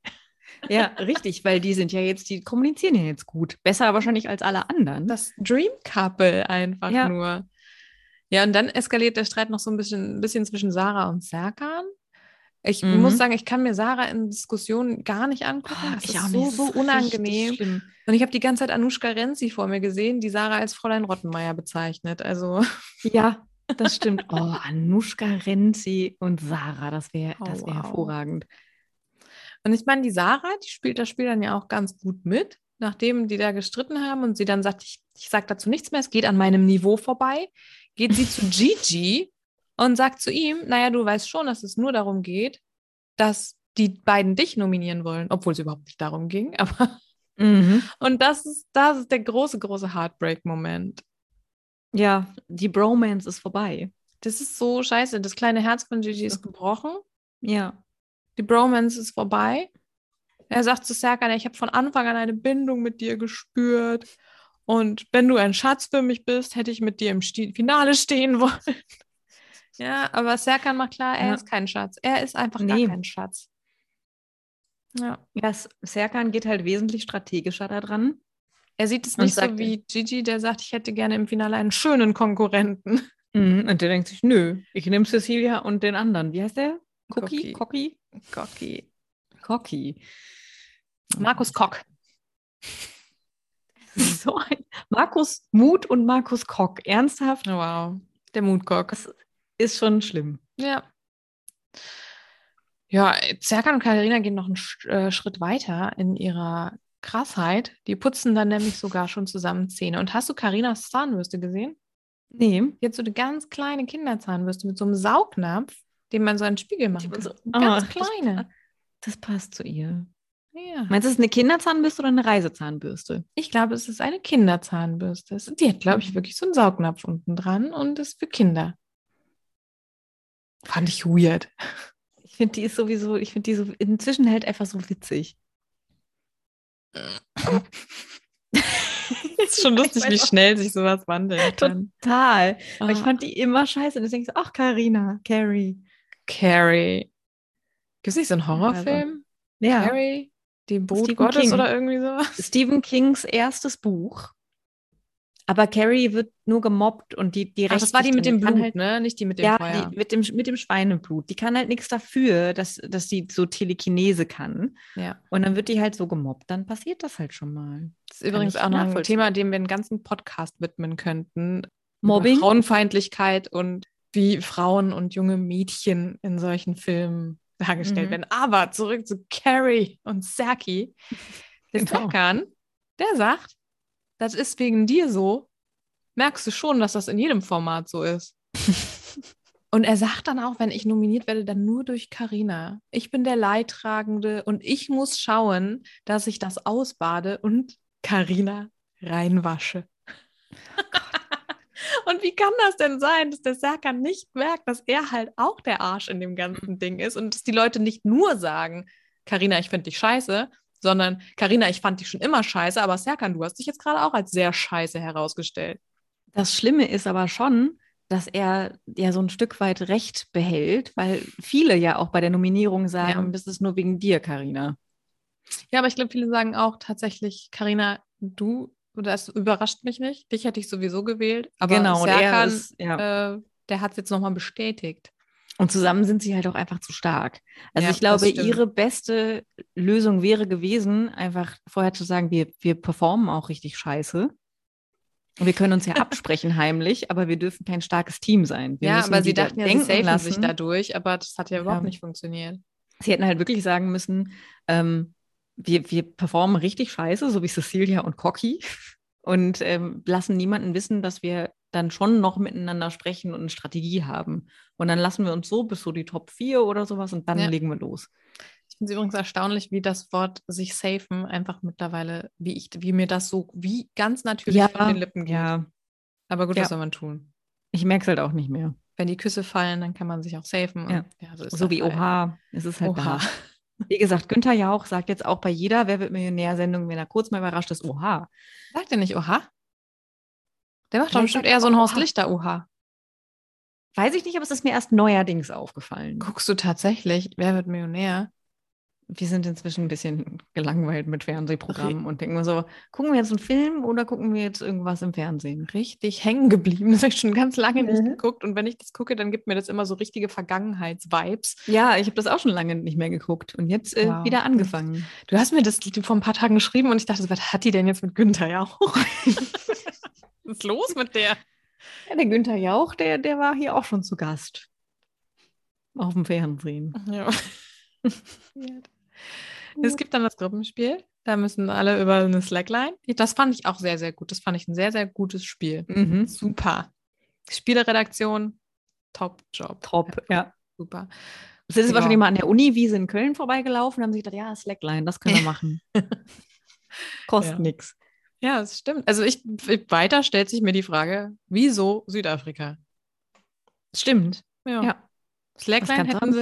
Speaker 3: ja, richtig, weil die sind ja jetzt, die kommunizieren ja jetzt gut. Besser wahrscheinlich als alle anderen.
Speaker 2: Das Dream Couple einfach
Speaker 3: Mhm. Ja.
Speaker 2: nur. Ja, und dann eskaliert der Streit noch so ein bisschen, ein bisschen zwischen Sarah und Serkan. Ich
Speaker 3: Mhm.
Speaker 2: muss sagen, ich kann mir Sarah in Diskussionen gar nicht angucken.
Speaker 3: Oh,
Speaker 2: das
Speaker 3: ich
Speaker 2: ist
Speaker 3: auch nicht.
Speaker 2: so,
Speaker 3: Das
Speaker 2: so
Speaker 3: ist
Speaker 2: unangenehm.
Speaker 3: richtig schlimm.
Speaker 2: Und ich habe die ganze Zeit Anushka Renzi vor mir gesehen, die Sarah als Fräulein Rottenmeier bezeichnet. Also,
Speaker 3: Ja, das stimmt. Oh, Anushka Renzi und Sarah, das wäre
Speaker 2: Oh,
Speaker 3: das wär
Speaker 2: wow.
Speaker 3: hervorragend.
Speaker 2: und ich meine, die Sarah, die spielt das Spiel dann ja auch ganz gut mit, nachdem die da gestritten haben und sie dann sagt, ich, ich sage dazu nichts mehr, es geht an meinem Niveau vorbei, geht sie zu Gigi und sagt zu ihm, naja, du weißt schon, dass es nur darum geht, dass die beiden dich nominieren wollen, obwohl es überhaupt nicht darum ging. Aber
Speaker 3: Mhm.
Speaker 2: und das ist, das ist der große, große Heartbreak-Moment.
Speaker 3: Ja, die Bromance ist vorbei.
Speaker 2: Das ist so scheiße. Das kleine Herz von Gigi ist gebrochen.
Speaker 3: Ja.
Speaker 2: Die Bromance ist vorbei. Er sagt zu Serkan, ich habe von Anfang an eine Bindung mit dir gespürt. Und wenn du ein Schatz für mich bist, hätte ich mit dir im Sti Finale stehen wollen. ja, aber Serkan macht klar, er
Speaker 3: Ja.
Speaker 2: ist kein Schatz. Er ist einfach
Speaker 3: Nee.
Speaker 2: gar kein Schatz. Ja.
Speaker 3: Ja, S- Serkan geht halt wesentlich strategischer da dran.
Speaker 2: Er sieht es
Speaker 3: Und
Speaker 2: nicht so
Speaker 3: sagt-
Speaker 2: wie Gigi, der sagt, ich hätte gerne im Finale einen schönen Konkurrenten.
Speaker 3: Mhm, Und der denkt sich, nö, ich nehme Cecilia und den anderen. Wie heißt der? Cookie? Cocky?
Speaker 2: Cocky.
Speaker 3: Cocky.
Speaker 2: Markus Kock.
Speaker 3: So ein Markus Mut und Markus Kock. Ernsthaft?
Speaker 2: Wow. Der Mutkock.
Speaker 3: Ist schon schlimm.
Speaker 2: Ja. Ja, Serkan und Katharina gehen noch einen Sch äh, Schritt weiter in ihrer Krassheit. Die putzen dann nämlich sogar schon zusammen Zähne. Und hast du Karinas Zahnbürste gesehen?
Speaker 3: Nee.
Speaker 2: Die hat so eine ganz kleine Kinderzahnbürste mit so einem Saugnapf, den man so einen Spiegel machen
Speaker 3: man
Speaker 2: kann.
Speaker 3: so-
Speaker 2: ganz
Speaker 3: Ah, das-
Speaker 2: kleine.
Speaker 3: Das passt zu ihr.
Speaker 2: Ja.
Speaker 3: Meinst du, es ist eine Kinderzahnbürste oder eine Reisezahnbürste?
Speaker 2: Ich glaube, es ist eine Kinderzahnbürste. Es- Die hat, glaube ich, wirklich so einen Saugnapf unten dran und ist für Kinder. Fand ich weird.
Speaker 3: Ich finde, die ist sowieso, ich finde die so inzwischen halt einfach so witzig.
Speaker 2: ist schon lustig,
Speaker 3: weiß
Speaker 2: wie
Speaker 3: auch-
Speaker 2: schnell sich sowas wandeln kann.
Speaker 3: Total.
Speaker 2: Ah.
Speaker 3: Aber ich fand die immer scheiße. Und deswegen so, ach, Karina, Carrie.
Speaker 2: Carrie. Gibt es nicht so einen Horrorfilm?
Speaker 3: Also, Ja.
Speaker 2: Carrie? Die Brut
Speaker 3: Stephen
Speaker 2: Gottes
Speaker 3: King.
Speaker 2: oder irgendwie sowas?
Speaker 3: Stephen Kings erstes Buch. Aber Carrie wird nur gemobbt und die,
Speaker 2: Ah,
Speaker 3: die rächt sich dann. kann halt,
Speaker 2: ne? Nicht die mit
Speaker 3: Ja, die, mit, dem, mit dem Schweineblut. Die kann halt nichts dafür, dass, dass sie so Telekinese kann.
Speaker 2: ja.
Speaker 3: Und dann wird die halt so gemobbt. Dann passiert das halt schon mal.
Speaker 2: Das ist übrigens
Speaker 3: ich
Speaker 2: auch noch ein
Speaker 3: nachvollziehen.
Speaker 2: Thema, dem wir einen ganzen Podcast widmen könnten. Über
Speaker 3: Mobbing?
Speaker 2: Frauenfeindlichkeit und wie Frauen und junge Mädchen in solchen Filmen dargestellt
Speaker 3: Mhm.
Speaker 2: werden. Aber zurück zu Carrie und Saki. Der
Speaker 3: Genau.
Speaker 2: Serkan, der sagt, das ist wegen dir so. Merkst du schon, dass das in jedem Format so ist. Und er sagt dann auch, wenn ich nominiert werde, dann nur durch Karina. Ich bin der Leidtragende und ich muss schauen, dass ich das ausbade und Karina reinwasche. und wie kann das denn sein, dass der Serkan nicht merkt, dass er halt auch der Arsch in dem ganzen Ding ist und dass die Leute nicht nur sagen, Karina, ich finde dich scheiße, sondern Karina, ich fand dich schon immer scheiße, aber Serkan, du hast dich jetzt gerade auch als sehr scheiße herausgestellt.
Speaker 3: Das Schlimme ist aber schon, dass er ja so ein Stück weit Recht behält, weil viele ja auch bei der Nominierung sagen,
Speaker 2: Ja.
Speaker 3: das ist nur wegen dir, Karina.
Speaker 2: Ja, aber ich glaube, viele sagen auch tatsächlich, Karina, du, das überrascht mich nicht. Dich hätte ich sowieso gewählt. Aber
Speaker 3: genau, und er
Speaker 2: Serkan,
Speaker 3: ist, ja.
Speaker 2: äh, der hat es jetzt nochmal bestätigt.
Speaker 3: Und zusammen sind sie halt auch einfach zu stark. Also
Speaker 2: Ja,
Speaker 3: ich glaube,
Speaker 2: das stimmt.
Speaker 3: ihre beste Lösung wäre gewesen, einfach vorher zu sagen, wir, wir performen auch richtig scheiße. Und wir können uns ja absprechen heimlich, aber wir dürfen kein starkes Team sein. Wir
Speaker 2: ja,
Speaker 3: müssen
Speaker 2: aber
Speaker 3: die
Speaker 2: sie
Speaker 3: da
Speaker 2: dachten ja, sie
Speaker 3: denken
Speaker 2: safen
Speaker 3: lassen.
Speaker 2: sich dadurch, aber das hat ja überhaupt nicht funktioniert.
Speaker 3: Sie hätten halt wirklich sagen müssen, ähm, wir, wir performen richtig scheiße, so wie Cecilia und Cocky. Und ähm, lassen niemanden wissen, dass wir dann schon noch miteinander sprechen und eine Strategie haben. Und dann lassen wir uns so bis so die Top 4 oder sowas und dann
Speaker 2: Ja.
Speaker 3: legen wir los.
Speaker 2: Ich finde es übrigens erstaunlich, wie das Wort sich safen einfach mittlerweile, wie ich, wie mir das so wie ganz natürlich
Speaker 3: Ja,
Speaker 2: von den Lippen geht.
Speaker 3: Ja,
Speaker 2: Aber gut,
Speaker 3: Ja.
Speaker 2: was soll man tun?
Speaker 3: ich merke es halt auch nicht mehr.
Speaker 2: Wenn die Küsse fallen, dann kann man sich auch safen. und-
Speaker 3: Ja.
Speaker 2: ja, so ist
Speaker 3: so
Speaker 2: das
Speaker 3: wie
Speaker 2: halt.
Speaker 3: Oha, es ist halt
Speaker 2: Oha.
Speaker 3: Oha. da. Wie gesagt, Günther Jauch sagt jetzt auch bei jeder Wer wird Millionär-Sendung, wenn er kurz mal überrascht ist, Oha.
Speaker 2: Sagt er nicht Oha? Der macht doch
Speaker 3: Vielleicht
Speaker 2: bestimmt
Speaker 3: sagt er
Speaker 2: eher so ein
Speaker 3: auch
Speaker 2: Horst
Speaker 3: Oha.
Speaker 2: Lichter Oha.
Speaker 3: Weiß ich nicht, aber es ist mir erst neuerdings aufgefallen.
Speaker 2: Guckst du tatsächlich, wer wird Millionär?
Speaker 3: wir sind inzwischen ein bisschen gelangweilt mit Fernsehprogrammen und denken wir so, gucken wir jetzt einen Film oder gucken wir jetzt irgendwas im Fernsehen?
Speaker 2: Richtig hängen geblieben. Das habe ich schon ganz lange nicht
Speaker 3: Mhm.
Speaker 2: geguckt. Und wenn ich das gucke, dann gibt mir das immer so richtige Vergangenheits-Vibes.
Speaker 3: Ja, ich habe das auch schon lange nicht mehr geguckt und jetzt äh,
Speaker 2: Wow.
Speaker 3: wieder angefangen.
Speaker 2: Du hast mir das vor ein paar Tagen geschrieben und ich dachte, so, was hat die denn jetzt mit Günther ja auch? Was ist los mit der?
Speaker 3: Ja, der Günther Jauch, der, der war hier auch schon zu Gast. Auf dem Fernsehen.
Speaker 2: Ja. Es gibt dann das Gruppenspiel. Da müssen alle über eine Slackline. Das fand ich auch sehr, sehr gut. Das fand ich ein sehr, sehr gutes Spiel.
Speaker 3: Mhm.
Speaker 2: Super. Spieleredaktion, top Job.
Speaker 3: Top, ja. Genau.
Speaker 2: Super.
Speaker 3: Sie sind
Speaker 2: Ja.
Speaker 3: wahrscheinlich mal an der Uniwiese in Köln vorbeigelaufen und haben sich gedacht, ja, Slackline, das können wir machen. Kostet
Speaker 2: Ja.
Speaker 3: nichts.
Speaker 2: Ja, das stimmt. Also ich, ich- weiter stellt sich mir die Frage, wieso Südafrika?
Speaker 3: Stimmt.
Speaker 2: Ja.
Speaker 3: Ja. Das
Speaker 2: Slackline
Speaker 3: kannst du
Speaker 2: hätten
Speaker 3: am
Speaker 2: sie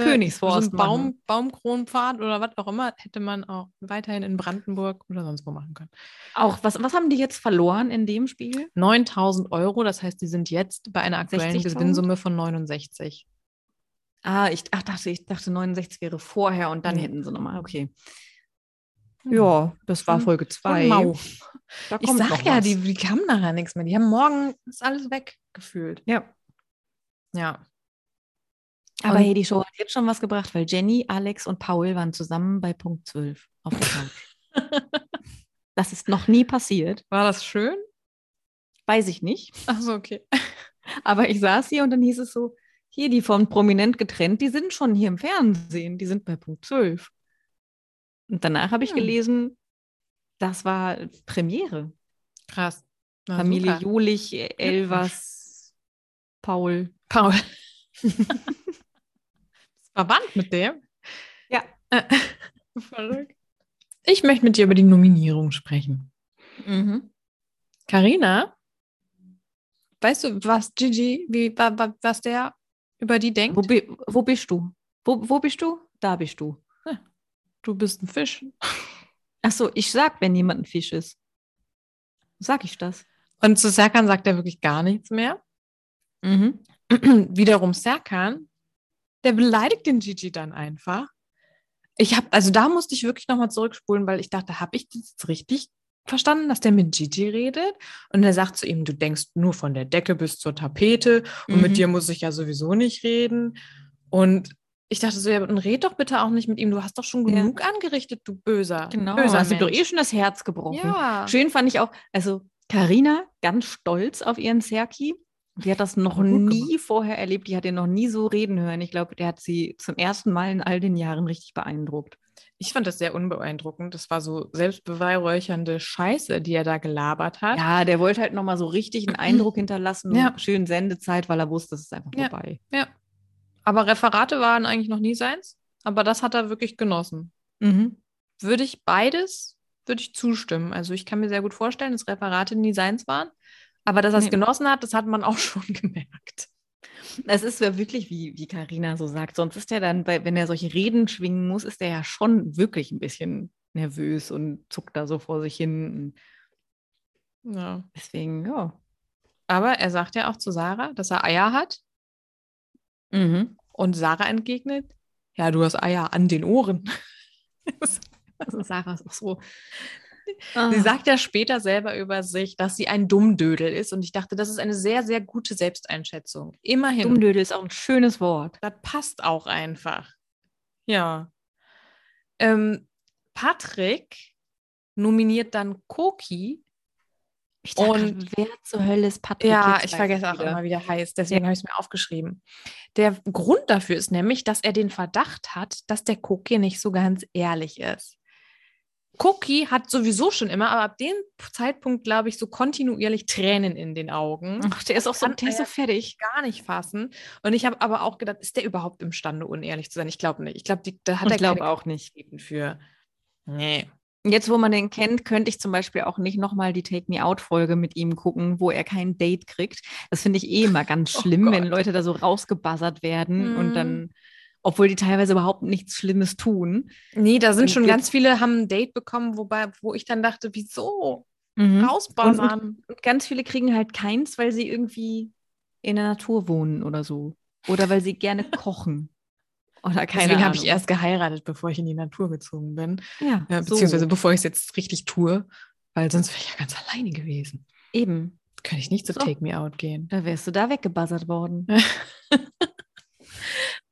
Speaker 2: so
Speaker 3: Königsforst
Speaker 2: einen
Speaker 3: machen.
Speaker 2: Baum, Baumkronenpfad oder was auch immer, hätte man auch weiterhin in Brandenburg oder sonst wo machen können.
Speaker 3: Auch, was, was haben die jetzt verloren in dem Spiel?
Speaker 2: 9000 Euro, das heißt, die sind jetzt bei einer aktuellen
Speaker 3: 60.000?
Speaker 2: Gewinnsumme von 69.
Speaker 3: Ah, ich ach, dachte, ich dachte, 69 wäre vorher und dann
Speaker 2: Nee.
Speaker 3: hätten sie nochmal. Okay. Hm.
Speaker 2: Und
Speaker 3: Ja, das war
Speaker 2: Und-
Speaker 3: Folge 2.
Speaker 2: mau.
Speaker 3: Da
Speaker 2: Ich
Speaker 3: kommt
Speaker 2: sag
Speaker 3: noch
Speaker 2: ja,
Speaker 3: was.
Speaker 2: die, die haben nachher nichts mehr. Die haben morgen ist alles weg gefühlt.
Speaker 3: Ja.
Speaker 2: Ja.
Speaker 3: Aber
Speaker 2: Und-
Speaker 3: hey, die Show hat jetzt schon was gebracht, weil Jenny, Alex und Paul waren zusammen bei Punkt 12 auf der Couch. das ist noch nie passiert.
Speaker 2: War das schön?
Speaker 3: Weiß ich nicht.
Speaker 2: Achso, okay.
Speaker 3: Aber ich saß hier und dann hieß es so, hier, die von Prominent getrennt, die sind schon hier im Fernsehen, die sind bei Punkt 12. Und danach habe ich
Speaker 2: Hm.
Speaker 3: gelesen, das war Premiere.
Speaker 2: Krass. Na,
Speaker 3: Familie
Speaker 2: super.
Speaker 3: Jolich, äh, Elvas, Paul.
Speaker 2: Paul. Verwandt mit dem?
Speaker 3: Ja.
Speaker 2: Äh, Verrückt. Ich möchte mit dir über die Nominierung sprechen.
Speaker 3: Mhm.
Speaker 2: Karina, weißt du, was Gigi, wie, wa, wa, was der über die denkt?
Speaker 3: Wo, bi wo bist du? Wo, wo bist du? Da bist du.
Speaker 2: Du bist ein Fisch.
Speaker 3: Achso, ich sag, wenn jemand ein Fisch ist. Sag ich das?
Speaker 2: Und zu Serkan sagt er wirklich gar nichts mehr.
Speaker 3: Mhm.
Speaker 2: Wiederum Serkan, der beleidigt den Gigi dann einfach. Ich habe, also da musste ich wirklich nochmal zurückspulen, weil ich dachte, habe ich das jetzt richtig verstanden, dass der mit Gigi redet? Und er sagt zu ihm, du denkst nur von der Decke bis zur Tapete und
Speaker 3: Mhm.
Speaker 2: mit dir muss ich ja sowieso nicht reden. Und ich dachte so, ja, dann red doch bitte auch nicht mit ihm. Du hast doch schon
Speaker 3: Ja.
Speaker 2: genug angerichtet, du böser.
Speaker 3: Genau.
Speaker 2: böser
Speaker 3: hast du doch
Speaker 2: Mensch.
Speaker 3: eh schon das Herz gebrochen.
Speaker 2: Ja.
Speaker 3: Schön fand ich auch, also Karina ganz stolz auf ihren Serki. Die hat das noch
Speaker 2: Gut
Speaker 3: nie
Speaker 2: gemacht.
Speaker 3: vorher erlebt. Die hat ihn noch nie so reden hören. Ich glaube, der hat sie zum ersten Mal in all den Jahren richtig beeindruckt.
Speaker 2: Ich fand das sehr unbeeindruckend. Das war so selbstbeweihräuchernde Scheiße, die er da gelabert hat.
Speaker 3: Ja, der wollte halt nochmal so richtig einen Eindruck hinterlassen.
Speaker 2: Ja.
Speaker 3: Ja. Schön Sendezeit, weil er wusste, es ist einfach
Speaker 2: Ja.
Speaker 3: vorbei.
Speaker 2: Aber Referate waren eigentlich noch nie seins. Aber das hat er wirklich genossen.
Speaker 3: Mhm.
Speaker 2: Würde ich beides, würde ich zustimmen. Also ich kann mir sehr gut vorstellen, dass Referate nie seins waren. Aber dass er es
Speaker 3: Nee.
Speaker 2: genossen hat, das hat man auch schon gemerkt.
Speaker 3: Es ist ja wirklich, wie, wie Carina so sagt, sonst ist er dann, bei, wenn er solche Reden schwingen muss, ist er ja schon wirklich ein bisschen nervös und zuckt da so vor sich hin.
Speaker 2: Ja.
Speaker 3: Deswegen, ja.
Speaker 2: Aber er sagt ja auch zu Sarah, dass er Eier hat.
Speaker 3: Mhm.
Speaker 2: Und Sarah entgegnet, ja, du hast Eier an den Ohren.
Speaker 3: Das ist Sarah ist auch so.
Speaker 2: Sie sagt ja später selber über sich, dass sie ein Dummdödel ist. Und ich dachte, das ist eine sehr, sehr gute Selbsteinschätzung. Immerhin.
Speaker 3: Dummdödel ist auch ein schönes Wort.
Speaker 2: Das passt auch einfach. Ja. Ähm, Patrick nominiert dann Koki.
Speaker 3: Ich
Speaker 2: dachte
Speaker 3: wer zur Hölle ist Patrick?
Speaker 2: Ja,
Speaker 3: jetzt
Speaker 2: ich
Speaker 3: weiß
Speaker 2: vergesse auch
Speaker 3: wieder.
Speaker 2: immer, wie der heißt. Deswegen habe ich es mir aufgeschrieben. Der Grund dafür ist nämlich, dass er den Verdacht hat, dass der Koki nicht so ganz ehrlich ist. Koki hat sowieso schon immer, aber ab dem Zeitpunkt, glaube ich, so kontinuierlich Tränen in den Augen.
Speaker 3: Ach, der ist auch so,
Speaker 2: Kann
Speaker 3: der ist so
Speaker 2: er-
Speaker 3: fertig.
Speaker 2: äh, gar nicht fassen. Und ich habe aber auch gedacht, ist der überhaupt imstande, unehrlich zu sein? Ich glaube nicht. Ich glaube, die- da hat er keine
Speaker 3: auch nicht.
Speaker 2: Qualitäten für. Nee.
Speaker 3: Jetzt, wo man den kennt, könnte ich zum Beispiel auch nicht nochmal die Take Me Out-Folge mit ihm gucken, wo er kein Date kriegt. Das finde ich eh immer ganz
Speaker 2: Oh
Speaker 3: schlimm, wenn
Speaker 2: Gott.
Speaker 3: Leute da so rausgebuzzert werden und
Speaker 2: Mm.
Speaker 3: dann, obwohl die teilweise überhaupt nichts Schlimmes tun.
Speaker 2: Nee, da sind
Speaker 3: Und
Speaker 2: schon
Speaker 3: jetzt-
Speaker 2: ganz viele, haben ein Date bekommen, wobei, wo ich dann dachte, wieso? Hm?
Speaker 3: Mhm.
Speaker 2: Rausbuzzern.
Speaker 3: Und ganz viele kriegen halt keins, weil sie irgendwie in der Natur wohnen oder so. Oder weil sie gerne kochen. Oder keine
Speaker 2: Deswegen habe
Speaker 3: Ahnung.
Speaker 2: ich erst geheiratet, bevor ich in die Natur gezogen bin.
Speaker 3: ja,
Speaker 2: Äh, Beziehungsweise bevor ich es jetzt richtig tue, weil sonst wäre ich ja ganz alleine gewesen.
Speaker 3: so. eben.
Speaker 2: Könnte ich nicht zu
Speaker 3: So.
Speaker 2: Take Me Out gehen.
Speaker 3: Da wärst du da weggebuzzert worden.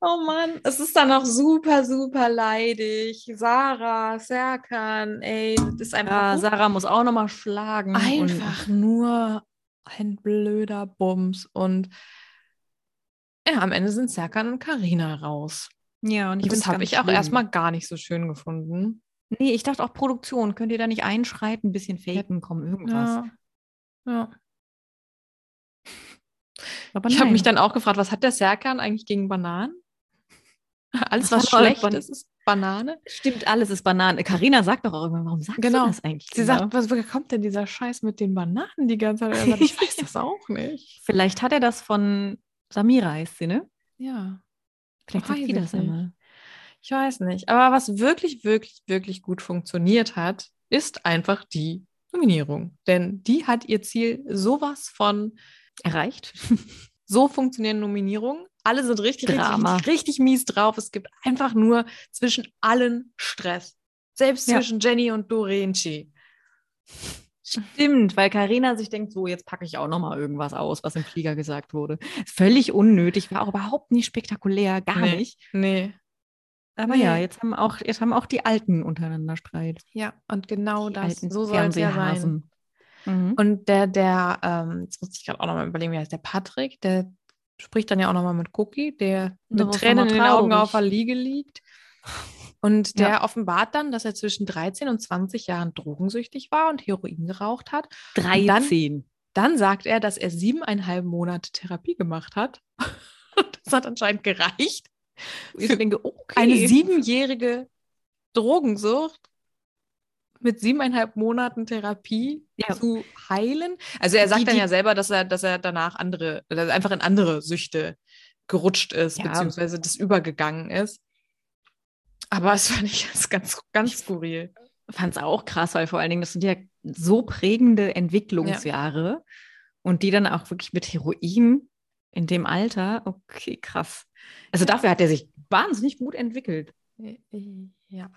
Speaker 2: Oh Mann, es ist dann auch super, super leidig. Sarah, Serkan, ey, das ist
Speaker 3: Ja, Sarah muss auch nochmal schlagen.
Speaker 2: Einfach nur ein blöder Bums. Und ja, am Ende sind Serkan und Karina raus.
Speaker 3: Und, ja, und ich
Speaker 2: Und das
Speaker 3: find's
Speaker 2: habe
Speaker 3: ganz
Speaker 2: ich auch
Speaker 3: schlimm.
Speaker 2: erstmal gar nicht so schön gefunden.
Speaker 3: Nee, ich dachte auch Produktion. Könnt ihr da nicht einschreiten, ein bisschen faken, kommen, irgendwas.
Speaker 2: Ja. ja.
Speaker 3: Aber
Speaker 2: Ich habe
Speaker 3: nein.
Speaker 2: mich dann auch gefragt, was hat der Serkan eigentlich gegen Bananen? Alles, was
Speaker 3: Was hat er
Speaker 2: schlecht
Speaker 3: von-
Speaker 2: ist, ist Banane.
Speaker 3: Stimmt, alles ist Banane. Karina sagt doch auch irgendwann, warum sagst
Speaker 2: Genau.
Speaker 3: du das eigentlich?
Speaker 2: Sie
Speaker 3: genau?
Speaker 2: sagt, was, woher kommt denn dieser Scheiß mit den Bananen die ganze Zeit? Und er sagt, ich weiß das auch nicht.
Speaker 3: vielleicht hat er das von Samira, heißt sie, ne?
Speaker 2: Ja.
Speaker 3: Vielleicht sagt
Speaker 2: Weiß
Speaker 3: sie
Speaker 2: ich
Speaker 3: das
Speaker 2: nicht.
Speaker 3: immer.
Speaker 2: Ich weiß nicht. Aber was wirklich, wirklich, wirklich gut funktioniert hat, ist einfach die Nominierung. Denn die hat ihr Ziel sowas von
Speaker 3: Erreicht?
Speaker 2: so funktionieren Nominierungen. Alle sind richtig, richtig,
Speaker 3: Drama.
Speaker 2: richtig, richtig mies drauf. Es gibt einfach nur zwischen allen Stress. Selbst
Speaker 3: Ja.
Speaker 2: zwischen Jenny und Dorenci.
Speaker 3: Stimmt, weil Karina sich denkt, so jetzt packe ich auch noch mal irgendwas aus, was im Flieger gesagt wurde. Völlig unnötig, war auch überhaupt nicht spektakulär, gar
Speaker 2: Nee.
Speaker 3: nicht.
Speaker 2: Nee.
Speaker 3: Aber
Speaker 2: Nee.
Speaker 3: ja, jetzt haben auch jetzt haben auch die Alten untereinander Streit.
Speaker 2: Ja, und genau
Speaker 3: die
Speaker 2: das.
Speaker 3: alten
Speaker 2: So soll es ja sein.
Speaker 3: Fernsehasen. Mhm.
Speaker 2: Und der, der, ähm, jetzt muss ich gerade auch nochmal überlegen, wie heißt der Patrick, der spricht dann ja auch nochmal mit Cookie, der mit
Speaker 3: Der war
Speaker 2: Tränen in
Speaker 3: nochmal
Speaker 2: den Augen
Speaker 3: traurig.
Speaker 2: auf der Liege liegt. Und
Speaker 3: Ja.
Speaker 2: der offenbart dann, dass er zwischen 13 und 20 Jahren drogensüchtig war und Heroin geraucht hat.
Speaker 3: 13.
Speaker 2: Dann sagt er, dass er siebeneinhalb Monate Therapie gemacht hat. das hat anscheinend gereicht.
Speaker 3: Ich denke, okay.
Speaker 2: Eine siebenjährige Drogensucht mit siebeneinhalb Monaten Therapie
Speaker 3: Ja.
Speaker 2: zu heilen. Also er sagt
Speaker 3: Die-
Speaker 2: dann
Speaker 3: die-
Speaker 2: ja selber, dass er, dass er danach andere, dass er einfach in andere Süchte gerutscht ist,
Speaker 3: Ja.
Speaker 2: beziehungsweise das übergegangen ist. Aber es fand ich ganz, ganz, ganz skurril.
Speaker 3: fand es auch krass, weil vor allen Dingen, das sind ja so prägende Entwicklungsjahre und die dann auch wirklich mit Heroin in dem Alter, okay, krass. Also dafür hat er sich wahnsinnig gut entwickelt,
Speaker 2: Äh, Ja.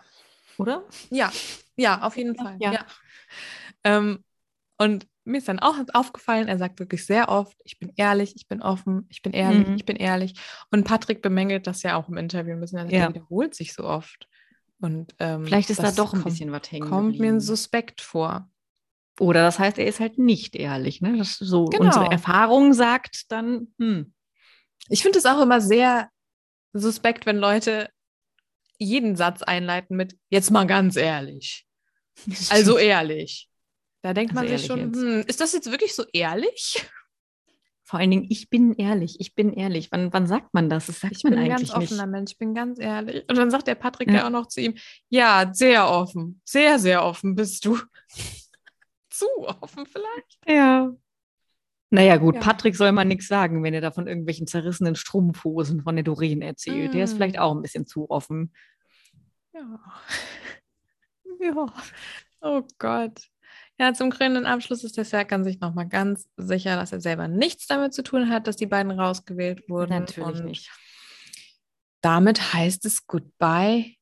Speaker 3: oder?
Speaker 2: Ja, ja, auf jeden Fall.
Speaker 3: Ja.
Speaker 2: Ja. Ähm, und mir ist dann auch aufgefallen, er sagt wirklich sehr oft, ich bin ehrlich, ich bin offen, ich bin ehrlich,
Speaker 3: Mhm.
Speaker 2: ich bin ehrlich. Und Patrick bemängelt das ja auch im Interview ein bisschen, er sagt,
Speaker 3: Ja.
Speaker 2: er wiederholt sich so oft. Und ähm,
Speaker 3: Vielleicht ist da
Speaker 2: das
Speaker 3: doch ein
Speaker 2: kommt,
Speaker 3: bisschen was hängen
Speaker 2: Kommt mir
Speaker 3: geblieben.
Speaker 2: ein Suspekt vor.
Speaker 3: Oder das heißt, er ist halt nicht ehrlich, ne? Das ist so
Speaker 2: Genau.
Speaker 3: unsere Erfahrung sagt dann, hm,
Speaker 2: Ich finde es auch immer sehr suspekt, wenn Leute jeden Satz einleiten mit, jetzt mal ganz ehrlich. Also ehrlich. Da denkt
Speaker 3: Also
Speaker 2: man sich schon,
Speaker 3: ehrlich jetzt.
Speaker 2: hm, ist das jetzt wirklich so ehrlich?
Speaker 3: vor allen Dingen, ich bin ehrlich, ich bin ehrlich. Wann, wann sagt man das? Das sagt
Speaker 2: Ich
Speaker 3: man
Speaker 2: bin ein
Speaker 3: eigentlich
Speaker 2: ganz offener
Speaker 3: nicht.
Speaker 2: Mensch, ich bin ganz ehrlich. Und dann sagt der Patrick ja.
Speaker 3: Ja.
Speaker 2: auch noch zu ihm, ja, sehr offen, sehr, sehr offen bist du. zu offen vielleicht?
Speaker 3: Ja. Naja, gut,
Speaker 2: Ja.
Speaker 3: Patrick soll man nichts sagen, wenn er da von irgendwelchen zerrissenen Strumpfhosen von der Doreen erzählt. Der ist
Speaker 2: Mm.
Speaker 3: vielleicht auch ein bisschen zu offen.
Speaker 2: Ja.
Speaker 3: Ja.
Speaker 2: Oh Gott. Ja, zum krönenden Abschluss ist der Serkan sich nochmal ganz sicher, dass er selber nichts damit zu tun hat, dass die beiden rausgewählt wurden.
Speaker 3: Natürlich
Speaker 2: Und
Speaker 3: nicht.
Speaker 2: Damit heißt es Goodbye,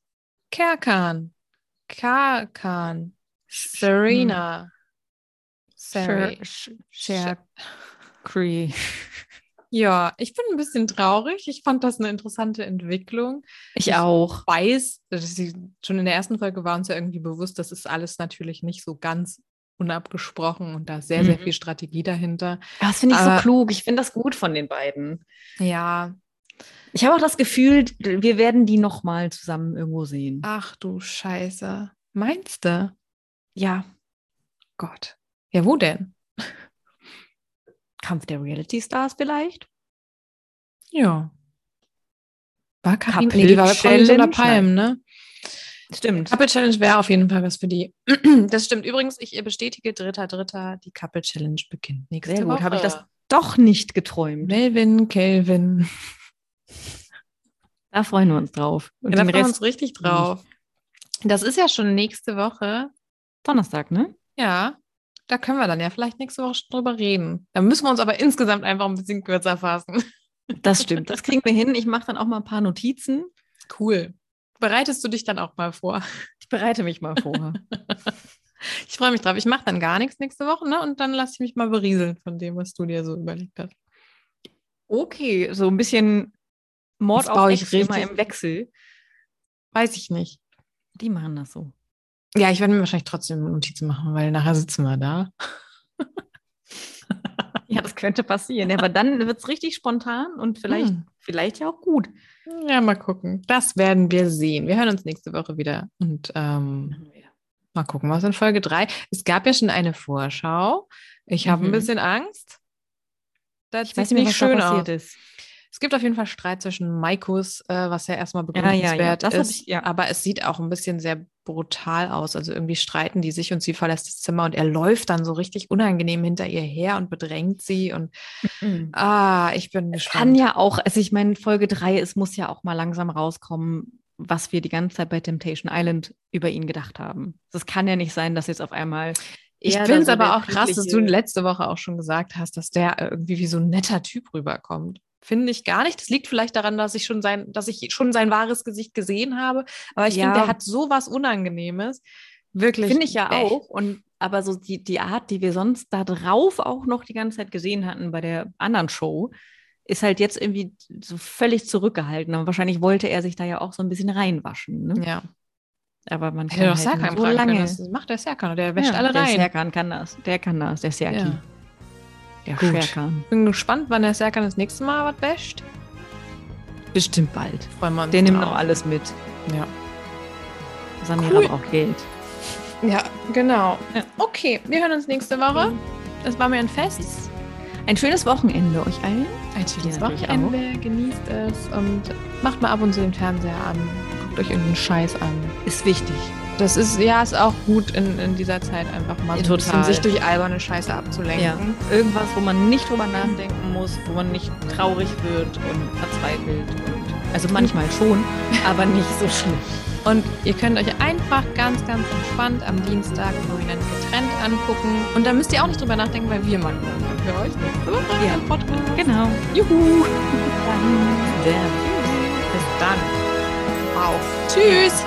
Speaker 2: Kerkan. Karkan. Serena. Sorry.
Speaker 3: Cree.
Speaker 2: Ja, ich bin ein bisschen traurig. Ich fand das eine interessante Entwicklung.
Speaker 3: Ich auch.
Speaker 2: Weiß, dass sie, schon in der ersten Folge war uns ja irgendwie bewusst, das ist alles natürlich nicht so ganz unabgesprochen und da ist sehr, sehr
Speaker 3: Mhm.
Speaker 2: viel Strategie dahinter.
Speaker 3: Ah, Das finde ich
Speaker 2: Aber-
Speaker 3: so klug. Ich finde das gut von den beiden.
Speaker 2: Ja,
Speaker 3: Ich habe auch das Gefühl, wir werden die nochmal zusammen irgendwo sehen.
Speaker 2: ach du Scheiße. Meinst du?
Speaker 3: Ja,
Speaker 2: Gott. Ja, wo denn?
Speaker 3: Kampf der Reality Stars vielleicht?
Speaker 2: Ja. War Karin,
Speaker 3: Couple
Speaker 2: nee, die war bei
Speaker 3: Challenge,
Speaker 2: Promis oder
Speaker 3: nein.
Speaker 2: Palm, ne?
Speaker 3: Stimmt.
Speaker 2: Couple Challenge wäre auf jeden Fall was für die. Das stimmt. Übrigens, ich äh, bestätige, dritter, dritter, die Couple Challenge beginnt nächste
Speaker 3: Sehr gut.
Speaker 2: Woche.
Speaker 3: Habe ich das doch nicht geträumt.
Speaker 2: Melvin, Kelvin.
Speaker 3: Da freuen wir uns drauf. Und
Speaker 2: Ja, da
Speaker 3: den
Speaker 2: freuen wir
Speaker 3: Rest
Speaker 2: uns richtig drauf. Das ist ja schon nächste Woche.
Speaker 3: Donnerstag, ne?
Speaker 2: Ja, da können wir dann ja vielleicht nächste Woche schon drüber reden. Da müssen wir uns aber insgesamt einfach ein bisschen kürzer fassen.
Speaker 3: Das stimmt. Das kriegen wir hin. Ich mache dann auch mal ein paar Notizen.
Speaker 2: Cool. Bereitest du dich dann auch mal vor?
Speaker 3: Ich bereite mich mal vor.
Speaker 2: Ich freue mich drauf. Ich mache dann gar nichts nächste Woche, ne? Und dann lasse ich mich mal berieseln von dem, was du dir so überlegt hast.
Speaker 3: okay, so ein bisschen Mord
Speaker 2: Jetzt
Speaker 3: auf
Speaker 2: baue ich
Speaker 3: Ex immer
Speaker 2: richtig-
Speaker 3: im Wechsel.
Speaker 2: Weiß ich nicht.
Speaker 3: Die machen das so.
Speaker 2: Ja, ich werde mir wahrscheinlich trotzdem Notizen machen, weil nachher sitzen wir da.
Speaker 3: Ja, das könnte passieren. Ja, aber dann wird es richtig spontan und vielleicht,
Speaker 2: Hm.
Speaker 3: vielleicht ja auch gut.
Speaker 2: Ja, mal gucken. Das werden wir sehen. Wir hören uns nächste Woche wieder und ähm, Mal gucken, was in Folge 3. Es gab ja schon eine Vorschau. Ich habe
Speaker 3: Mhm.
Speaker 2: ein bisschen Angst. Das
Speaker 3: Ich
Speaker 2: sieht
Speaker 3: weiß nicht,
Speaker 2: nicht
Speaker 3: was
Speaker 2: schön
Speaker 3: da
Speaker 2: aus.
Speaker 3: passiert ist.
Speaker 2: Es gibt auf jeden Fall Streit zwischen Maikos, äh, was ja erstmal
Speaker 3: ja, ja,
Speaker 2: begründenswert
Speaker 3: das hab
Speaker 2: ist.
Speaker 3: ich- ja.
Speaker 2: Aber es sieht auch ein bisschen sehr brutal aus. Also irgendwie streiten die sich und sie verlässt das Zimmer und er läuft dann so richtig unangenehm hinter ihr her und bedrängt sie. Und
Speaker 3: Mhm.
Speaker 2: ah, ich bin
Speaker 3: Es
Speaker 2: gespannt.
Speaker 3: kann ja auch, also ich meine, Folge 3, es muss ja auch mal langsam rauskommen, was wir die ganze Zeit bei Temptation Island über ihn gedacht haben. Es kann ja nicht sein, dass jetzt auf einmal.
Speaker 2: Ich
Speaker 3: er da
Speaker 2: finde es
Speaker 3: so der
Speaker 2: aber auch krass, dass du
Speaker 3: glückliche-
Speaker 2: letzte Woche auch schon gesagt hast, dass der äh, irgendwie wie so ein netter Typ rüberkommt. Finde ich gar nicht. Das liegt vielleicht daran, dass ich schon sein, dass ich schon sein wahres Gesicht gesehen habe. Aber ich
Speaker 3: Ja.
Speaker 2: finde, der hat so was Unangenehmes. Wirklich.
Speaker 3: Finde ich ja
Speaker 2: echt.
Speaker 3: auch. Und aber so die, die Art, die wir sonst da drauf auch noch die ganze Zeit gesehen hatten bei der anderen Show, ist halt jetzt irgendwie so völlig zurückgehalten. Aber wahrscheinlich wollte er sich da ja auch so ein bisschen reinwaschen. Ne?
Speaker 2: Ja.
Speaker 3: Aber man kann
Speaker 2: Hätte doch
Speaker 3: halt nur
Speaker 2: Serkan
Speaker 3: so
Speaker 2: fragen
Speaker 3: lange.
Speaker 2: können. Das macht der Serkan. Der wäscht
Speaker 3: Ja,
Speaker 2: alle
Speaker 3: Der
Speaker 2: rein.
Speaker 3: Serkan kann das. Der kann das. Der Serki.
Speaker 2: Ja.
Speaker 3: Der
Speaker 2: Gut.
Speaker 3: Serkan.
Speaker 2: Bin gespannt, wann der Serkan das nächste Mal was wäscht.
Speaker 3: Bestimmt bald.
Speaker 2: Freuen wir uns.
Speaker 3: Der nimmt
Speaker 2: drauf.
Speaker 3: noch alles mit.
Speaker 2: Genau. Ja.
Speaker 3: Samira
Speaker 2: Cool.
Speaker 3: braucht Geld.
Speaker 2: Ja, genau.
Speaker 3: Ja. Mhm.
Speaker 2: Okay, wir hören uns nächste Woche. Es war mir ein Fest.
Speaker 3: Ein schönes Wochenende euch allen.
Speaker 2: Ein schönes
Speaker 3: Ja, natürlich
Speaker 2: Wochenende, genießt es und macht mal ab und zu den Fernseher an. Guckt euch irgendeinen Scheiß an.
Speaker 3: Ist wichtig.
Speaker 2: Das ist, ja, ist auch gut in, in dieser Zeit einfach mal so ein bisschen
Speaker 3: Total.
Speaker 2: sich durch alberne Scheiße abzulenken.
Speaker 3: Irgendwas, wo man nicht drüber nachdenken muss, wo man nicht traurig wird und verzweifelt. Und also manchmal schon, aber nicht so schlimm.
Speaker 2: Und ihr könnt euch einfach ganz, ganz entspannt am Dienstag prominent getrennt angucken. Und da müsst ihr auch nicht drüber nachdenken, weil wir machen das für euch nächste Woche
Speaker 3: Ja.
Speaker 2: im Podcast.
Speaker 3: Genau. Juhu. Dann. Bis dann.
Speaker 2: Wow. Tschüss!